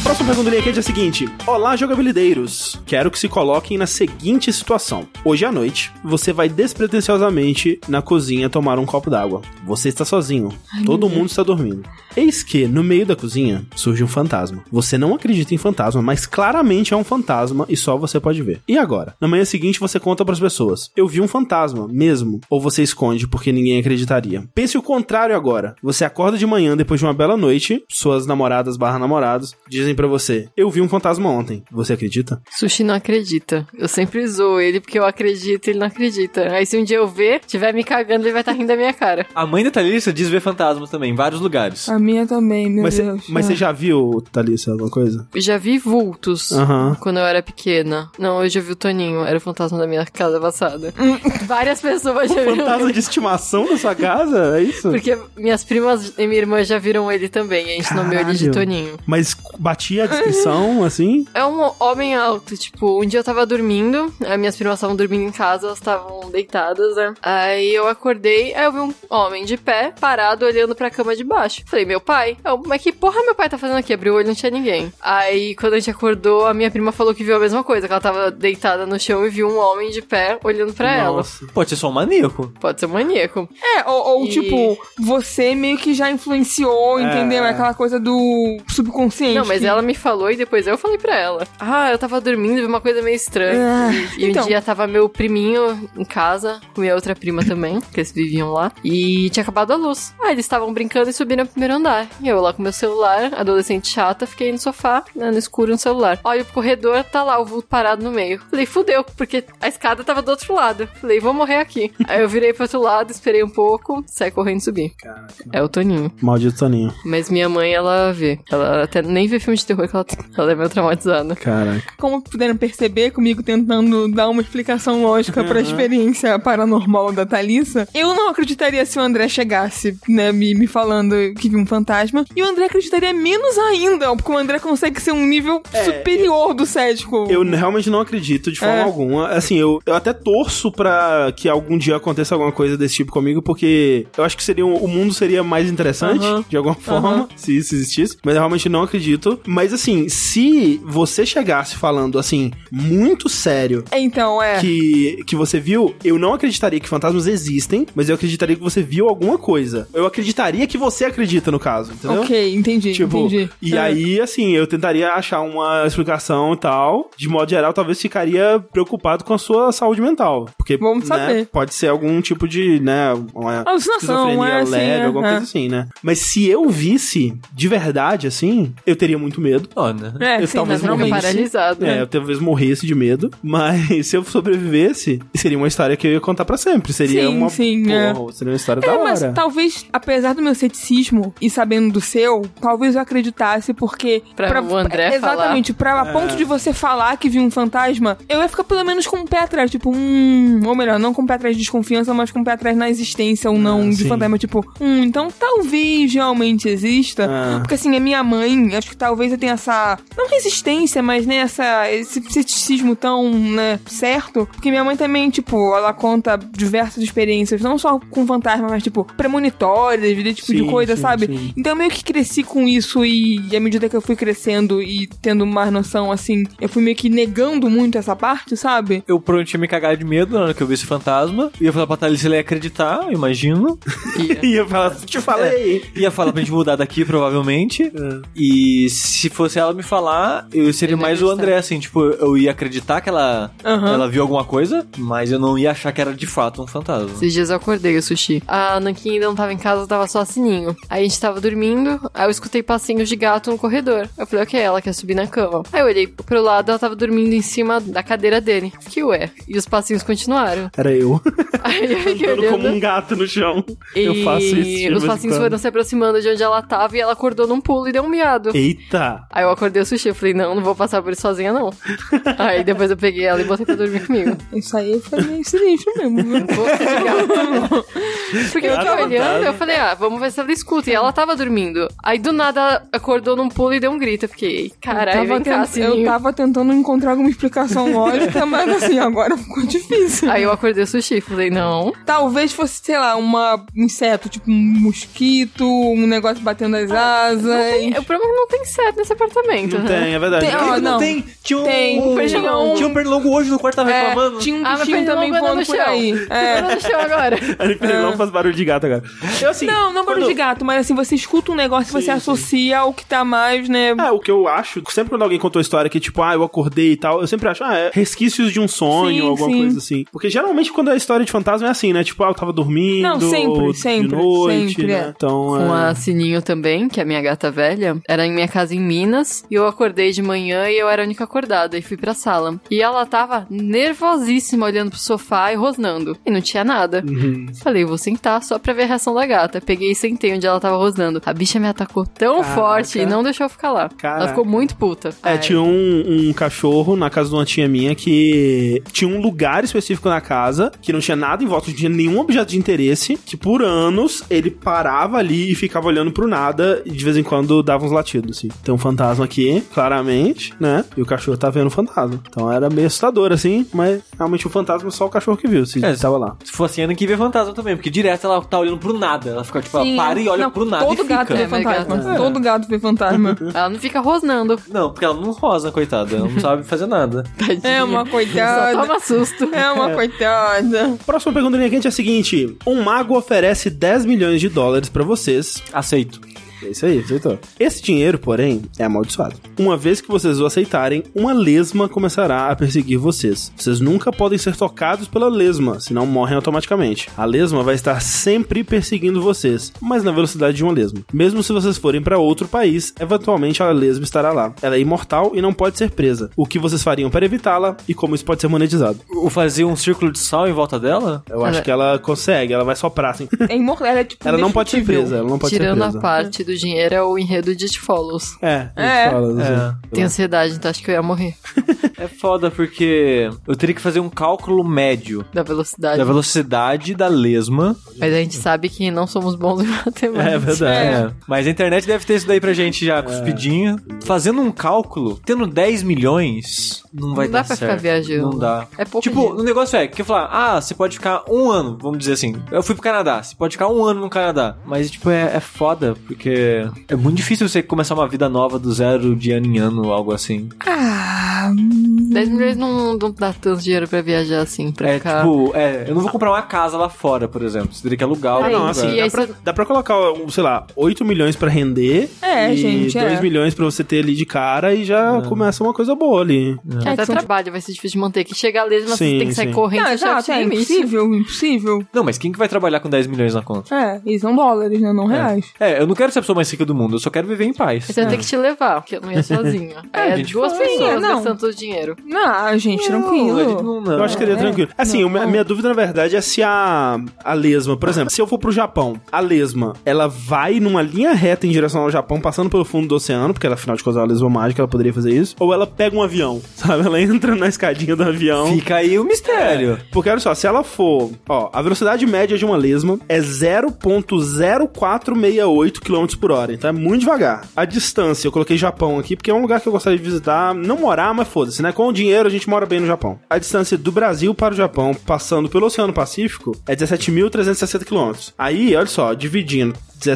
A: Próxima pergunta do linha quente é a seguinte: Olá, jogabilideiros. Quero que se coloquem na seguinte situação. Hoje à noite, você vai despretensiosamente na cozinha tomar um copo d'água. Você está sozinho. Todo mundo está dormindo. Eis que, no meio da cozinha, surge um fantasma. Você não acredita em fantasma, mas claramente é um fantasma e só você pode ver. E agora? Na manhã seguinte, você conta para as pessoas: Eu vi um fantasma, mesmo. Ou você esconde porque ninguém acreditaria. Pense o contrário agora. Você acorda de manhã depois de uma bela noite, suas namoradas barra namorados dizem pra você: Eu vi um fantasma ontem. Você acredita?
D: Sushi não acredita. Eu sempre zoo ele porque eu acredito e ele não acredita. Aí se um dia eu ver, tiver me cagando, ele vai estar rindo da minha cara.
B: A mãe da Thalissa diz ver fantasmas também, em vários lugares.
C: A minha também, meu
A: mas cê-
C: Deus. Ah.
A: mas você já viu, Thalissa, alguma coisa?
D: Eu Já vi vultos
A: Aham.
D: quando eu era pequena. Não, eu já vi o Toninho, era o fantasma da minha casa passada. Várias pessoas já viram
A: Fantasma
D: ele.
A: de estimação da sua casa? É isso?
D: Porque minhas primas e minha irmã já viram ele também. e A gente nomeou ele de
A: Caralho.
D: Toninho.
A: Mas batia a descrição, assim.
D: É um homem alto, tipo, um dia eu tava dormindo, as minhas primas estavam dormindo em casa, elas estavam deitadas, né? Aí eu acordei, aí eu vi um homem de pé, parado, olhando pra cama de baixo. Falei, meu pai? Eu, mas que porra meu pai tá fazendo aqui? Abriu o olho, não tinha ninguém. Aí quando a gente acordou, a minha prima falou que viu a mesma coisa, que ela tava deitada no chão e viu um homem de pé olhando pra ela.
B: Pode ser só um maníaco.
D: Pode ser um maníaco.
C: É, ou, ou,
D: E-
C: tipo, você meio que já influenciou, entendeu? É aquela coisa do subconsciente.
D: Não, mas
C: que-
D: ela me falou e depois eu falei pra ela. Ah, eu tava dormindo, vi uma coisa meio estranha.
C: Ah,
D: e
C: então.
D: um dia tava meu priminho em casa, com minha outra prima também, que eles viviam lá. E tinha acabado a luz. Ah, eles estavam brincando e subiram pro primeiro andar. E eu lá com meu celular, adolescente chata, fiquei no sofá, né, no escuro, no celular. Olha pro corredor, tá lá o vulto parado no meio. Falei, fudeu, porque a escada tava do outro lado. Falei, vou morrer aqui. Aí eu virei pro outro lado, esperei um pouco, saí correndo e subi. É o Toninho.
A: Maldito Toninho.
D: Mas minha mãe, ela vê. Ela até nem vê filme de terror, que ela, ela é meio traumatizada.
A: Caraca.
C: Como puderam perceber, comigo tentando dar uma explicação lógica
A: Uhum.
C: pra experiência paranormal da Thalissa, eu não acreditaria se o André chegasse, né, me, me falando que vi um fantasma. E o André acreditaria menos ainda, porque o André consegue ser um nível superior do cético.
A: É, Eu realmente não acredito de forma
C: É.
A: alguma. Assim, eu, eu até torço pra que algum dia aconteça alguma coisa desse tipo comigo, porque eu acho que seria um- o mundo seria mais interessante,
C: Aham.
A: de alguma forma, se isso existisse. Mas eu realmente não acredito. Mas assim, se você chegasse falando assim, muito sério,
C: Então, é.
A: que, que você viu, eu não acreditaria que fantasmas existem, mas eu acreditaria que você viu alguma coisa. Eu acreditaria que você acredita, no caso, entendeu?
C: Ok, entendi,
A: Tipo,
C: entendi.
A: e
C: É.
A: aí, assim, eu tentaria achar uma explicação e tal. De modo geral, talvez ficaria preocupado com a sua saúde mental. Porque,
C: Vamos
A: né,
C: saber.
A: pode ser algum tipo de, né, uma
C: Alucinação,
A: esquizofrenia
C: é, assim,
A: leve,
C: é,
A: alguma
C: é.
A: coisa assim, né? Mas se eu visse de verdade, assim, eu teria muito medo.
B: Ó, né?
C: É,
A: eu
C: sim,
A: talvez
D: Ela fica
A: Realmente.
C: naturalmente.
D: paralisada.
A: É, eu talvez morresse de medo, mas se eu sobrevivesse, seria uma história que eu ia contar pra sempre. Seria
C: Sim,
A: uma
C: sim,
A: porra, seria uma história da
C: É,
A: hora.
C: mas talvez, apesar do meu ceticismo e sabendo do seu, talvez eu acreditasse, porque.
D: Pra o André falar.
C: Exatamente, pra
A: É.
C: a ponto de você falar que viu um fantasma, eu ia ficar pelo menos com o pé atrás, tipo, hum. Ou melhor, não com o pé atrás de desconfiança, mas com o pé atrás na existência ou não de
A: Ah, sim.
C: fantasma. Tipo, hum, então talvez realmente exista.
A: Ah.
C: Porque assim, a minha mãe, acho que talvez eu tenha essa. Não resistência, mas né, essa, esse ceticismo tão, né, certo. Porque minha mãe também, tipo, ela conta diversas experiências, não só com fantasma, mas tipo, premonitórias, desse tipo
A: Sim,
C: de coisa,
A: sim,
C: sabe?
A: sim.
C: Então eu meio que cresci com isso e, e à medida que eu fui crescendo e tendo mais noção, assim, eu fui meio que negando muito essa parte, sabe?
B: Eu prometi me cagar de medo na hora que eu vi esse fantasma. Ia falar pra Thalissa ela ia acreditar, eu imagino.
A: E eu falo, te falei. É.
B: Ia falar pra gente mudar daqui, provavelmente.
C: É.
B: E se fosse ela me falar, eu seria
D: Ele ia
B: mais o
D: acreditar.
B: André, assim, tipo, eu ia acreditar que ela,
C: Aham.
B: ela viu alguma coisa, mas eu não ia achar que era de fato um fantasma.
D: Esses dias eu acordei o sushi. A Nankin ainda não tava em casa, tava só a sininho. Aí a gente tava dormindo, aí eu escutei passinhos de gato no corredor. Eu falei, ok, ela quer subir na cama. Aí eu olhei pro lado, ela tava dormindo em cima da cadeira dele. Que ué. E os passinhos continuaram.
A: Era eu.
D: Aí eu fiquei
A: Andando como
D: olhando.
A: um gato no chão.
D: E
A: Eu faço isso. de vez
D: os
A: em
D: passinhos
A: quando.
D: foram se aproximando de onde ela tava e ela acordou num pulo e deu um miado.
A: Eita!
D: Aí eu acordei o sushi, eu falei, não, não vou passar por isso sozinha, não. Aí depois eu peguei ela e botei pra dormir comigo.
C: Isso aí foi meio sinistro mesmo, viu?
D: Bolsa de gato. Porque eu
A: Gato
D: tava olhando,
A: fantasma.
D: eu falei, ah, vamos ver se ela escuta. E ela tava dormindo. Aí do nada ela acordou num pulo e deu um grito. Eu fiquei, caralho,
C: eu tava,
D: vem cá,
C: tent- eu
D: sininho.
C: tava tentando encontrar alguma explicação lógica, mas assim, agora ficou difícil.
D: Aí eu acordei o sushi, falei, não.
C: Talvez fosse, sei lá, uma um inseto, tipo um mosquito, um negócio batendo as asas.
D: O problema é que não tem certo nesse apartamento,
A: Não
D: né?
A: tem, é verdade.
C: Tem- ó,
B: Ele
C: não.
B: tem. Tinha um,
C: Tem, um pernilongo.
B: Tinha um pernilongo hoje no quarto, tava
C: É,
B: reclamando.
C: tinha um
D: Ah, mas
C: bichinho
D: pernilongo
C: também
D: anda
C: voando
D: no
C: por
D: chão.
C: aí. É.
D: Ela no chão agora.
A: Ele não faz barulho de gato agora. Eu, assim,
C: Não, não barulho
A: quando-
C: de gato, mas assim, você escuta um negócio e você associa ao que tá mais, né?
B: Ah,
A: É, o que eu acho, sempre quando alguém contou a história que, tipo, ah, eu acordei e tal, eu sempre acho, ah, é resquícios de um sonho,
C: Sim,
A: alguma
C: sim.
A: coisa assim. Porque geralmente quando é história de fantasma é assim, né? Tipo, ah, eu tava dormindo.
C: Não, sempre,
A: ou de
C: sempre,
A: noite,
C: sempre,
A: né?
C: é.
A: Então,
D: Com
A: é...
D: a Sininho também, que é a minha gata velha, era em minha casa em Minas, e eu acordei de manhã e eu era a única acordada, e fui pra sala. E ela tava nervosíssima olhando pro sofá e rosnando, e não tinha nada.
A: Uhum.
D: Falei, vou sentar só pra ver a reação da gata. Peguei e sentei onde ela tava rosnando. A bicha me atacou tão
A: Caraca.
D: forte e não deixou eu ficar lá.
A: Caraca.
D: Ela ficou muito puta.
A: É,
D: Ai.
A: tinha um, um cachorro na casa de uma tia minha que tinha um lugar específico na casa que não tinha nada em volta, não tinha nenhum objeto de interesse, que por anos ele parava ali e ficava olhando pro nada e de vez em quando dava uns latidos, assim. Então, fantasma aqui, claramente, né? E o cachorro tá vendo o fantasma. Então era meio assustador, assim, mas realmente o fantasma é só o cachorro que viu, se
B: É,
A: tava lá.
B: Se fosse Ana que vê fantasma também, porque direto ela tá olhando pro nada. Ela fica tipo,
C: Sim.
B: ela para e olha
C: Não,
B: pro nada
C: Todo
B: e
C: gato
B: fica.
C: vê
D: É, mas gato-
C: fantasma. Todo gato vê fantasma.
D: Ela não fica rosnando.
B: Não, porque ela não rosa, coitada. Ela não sabe fazer nada.
D: Tadinha.
C: É uma
D: Só
C: coitada.
D: toma susto.
C: É uma coitada.
A: Próxima pergunta do linha quente é a seguinte: um mago oferece 10 milhões de dólares pra vocês.
B: Aceito.
A: É isso aí, aceitou. Esse dinheiro, porém, é amaldiçoado. Uma vez que vocês o aceitarem, uma lesma começará a perseguir vocês. Vocês nunca podem ser tocados pela lesma, senão morrem automaticamente. A lesma vai estar sempre perseguindo vocês, mas na velocidade de uma lesma. Mesmo se vocês forem para outro país, eventualmente a lesma estará lá. Ela é imortal e não pode ser presa. O que vocês fariam para evitá-la e como isso pode ser monetizado?
B: Ou fazer um círculo de sal em volta dela?
A: Eu acho
D: Ela-
A: que ela consegue, ela vai soprar assim.
C: É imortal. Ela é tipo.
A: Ela não pode ser
C: indestrutível.
A: presa, ela não pode
D: Tirando
A: ser
D: a
A: presa.
D: parte do dinheiro, é o enredo de It Follows.
A: É,
C: É.
A: eles falam assim.
B: É.
D: Tenho ansiedade, então acho que eu ia morrer.
B: É foda porque eu teria que fazer um cálculo médio
D: Da velocidade.
B: da velocidade da lesma.
D: Mas a gente sabe que não somos bons em matemática.
B: É. Mas a internet deve ter isso daí pra gente já cuspidinha. Fazendo um cálculo, tendo 10 milhões, não vai
D: Não
B: dar
D: dá pra
B: certo.
D: ficar viajando.
B: Não dá.
D: É pouco
B: Tipo,
D: dinheiro.
B: o negócio é que eu falar, ah, você pode ficar um ano, vamos dizer assim. Eu fui pro Canadá, você pode ficar um ano no Canadá. Mas, tipo, é, é foda, porque é muito difícil você começar uma vida nova do zero de ano em ano, algo assim.
C: Ah,
A: hum.
D: 10 milhões não, não dá tanto dinheiro pra viajar assim, pra
B: é,
D: ficar.
B: tipo, é, eu não vou comprar uma casa lá fora, por exemplo. Você teria que alugar
D: Ah,
A: Ah,
B: algum
A: não, assim,
D: Peraí, e
A: dá
D: aí
A: pra,
D: você-
A: dá pra colocar, um, sei lá, 8 milhões pra render.
C: É,
A: e
C: gente, é.
A: 2 milhões pra você ter ali de cara e já começa uma coisa boa ali.
C: é
D: Até
C: que são-
D: trabalho, vai ser difícil de manter. Que chega a lesma,
A: Sim,
D: você tem que sair
A: sim.
D: correndo.
C: Não,
D: você chega
C: exato,
D: no
C: é
D: limite.
C: impossível, impossível.
B: Não, mas quem que vai trabalhar com 10 milhões na conta?
C: É, e são dólares, né? Não reais.
B: É, eu não quero ser a pessoa mais rica do mundo, eu só quero viver em paz.
D: Você vai ter que te levar, porque eu não ia sozinha.
B: a
D: é,
B: gente
D: duas
B: foi,
D: pessoas
C: não.
D: gastando todo o dinheiro.
C: Não, gente,
B: Não, ele
C: tranquilo.
B: não- não.
A: Eu acho que seria
C: é.
A: tranquilo. Assim,
C: Não,
A: o me- a
C: não.
A: minha dúvida, na verdade, é se a, a lesma, por exemplo, se eu for pro Japão, a lesma, ela vai numa linha reta em direção ao Japão, passando pelo fundo do oceano, porque ela, afinal de contas, é uma lesma mágica, ela poderia fazer isso, ou ela pega um avião, sabe? Ela entra na escadinha do avião.
B: Fica aí o mistério.
A: Porque olha só, se ela for. Ó, a velocidade média de uma lesma é 0.0468 km por hora. Então é muito devagar. A distância, eu coloquei Japão aqui, porque é um lugar que eu gostaria de visitar. Não morar, mas foda-se, né? Com o dinheiro a gente mora bem no Japão. A distância do Brasil para o Japão, passando pelo Oceano Pacífico, é 17.360 km. Aí, olha só, dividindo. é,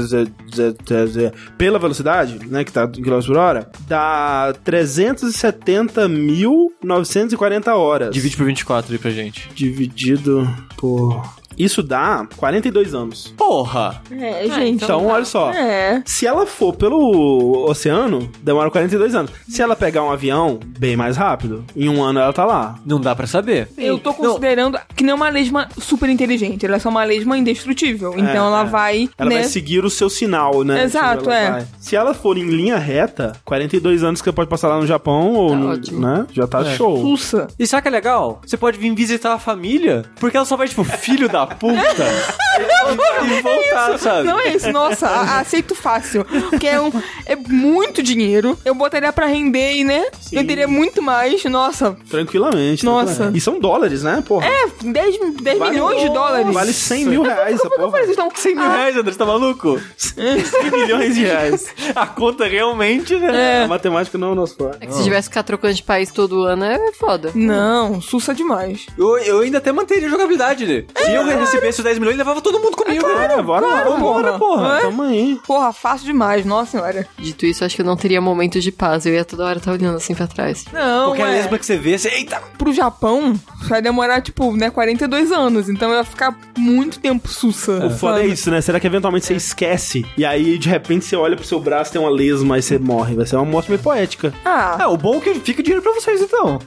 A: 17.300 pela velocidade, né, que tá em km por hora, dá 370.940 horas.
B: É. Divide por 24 aí pra gente.
A: Dividido por... Isso dá 42 anos.
B: Porra!
C: É, gente.
A: Então, olha só.
C: É.
A: Se ela for pelo oceano, demora 42 anos. Se ela pegar um avião, bem mais rápido. Em um ano ela tá lá.
B: Não dá pra saber.
C: Eu tô considerando que não é uma lesma super inteligente, ela é só uma lesma indestrutível. então ela
A: é.
C: vai.
A: Ela
C: né?
A: vai seguir o seu sinal, né?
C: Exato,
A: Tipo, ela
C: é.
A: vai- Se ela for em linha reta, 42 anos que você pode passar lá no Japão ou
D: Tá
A: no-
D: ótimo.
A: né? Já tá
B: É.
A: show.
C: Pulsa.
B: E sabe o que é legal? Você pode vir visitar a família, porque ela só vai, tipo, filho da puta.
A: É
B: e, e voltar, sabe?
C: Não é isso, nossa, a- aceito fácil. Porque é, um- é muito dinheiro. Eu botaria pra render e, né? Eu teria muito mais. Nossa,
A: Tranquilamente.
C: Nossa.
A: tranquilamente. E são dólares, né? Porra.
C: é 10, 10
A: Vale-
C: milhões de dólares.
A: Vale 100 mil reais essa porra.
C: Vocês estão
B: 100 mil reais, André, você tá maluco?
A: 100 milhões de reais.
B: A conta realmente, né?
A: A matemática não é o nosso forte.
D: É que se tivesse que ficar trocando de país todo ano, é foda.
C: Não, sussa demais.
B: Eu, eu ainda até manteria a jogabilidade. né? Se eu recebesse os 10 milhões, levava todo mundo comigo.
A: É, bora lá,
C: claro,
A: bora,
C: porra.
A: porra.
C: É?
A: Tamo aí.
C: Porra, fácil demais, nossa senhora.
D: Dito isso, acho que eu não teria momento de paz. Eu ia toda hora estar olhando assim pra trás.
C: Não,
B: Qualquer
C: é.
B: lesma que você vê, você... Eita!
C: Pro Japão, vai demorar, tipo, né, 42 anos. Então ia ficar muito tempo sussa.
A: O foda é isso, né? Será que eventualmente você esquece? E aí, de repente, você olha pro seu braço, tem uma lesma e você morre. Vai ser uma morte meio poética.
C: Ah,
B: Ah, o bom é que fica dinheiro pra vocês, então.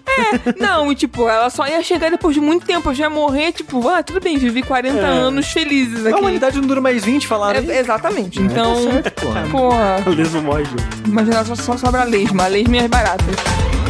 C: não, e tipo, ela só ia chegar depois de muito tempo, eu já ia morrer, tipo, ah, tudo bem, vivi 40 anos felizes
B: A
C: aqui.
B: É humanidade não dura mais 20, falaram.
C: É, exatamente, então,
B: tá certo, porra.
C: porra,
A: A lesma morre, gente.
C: imagina só, só sobra a lesma, a lesma e é as baratas.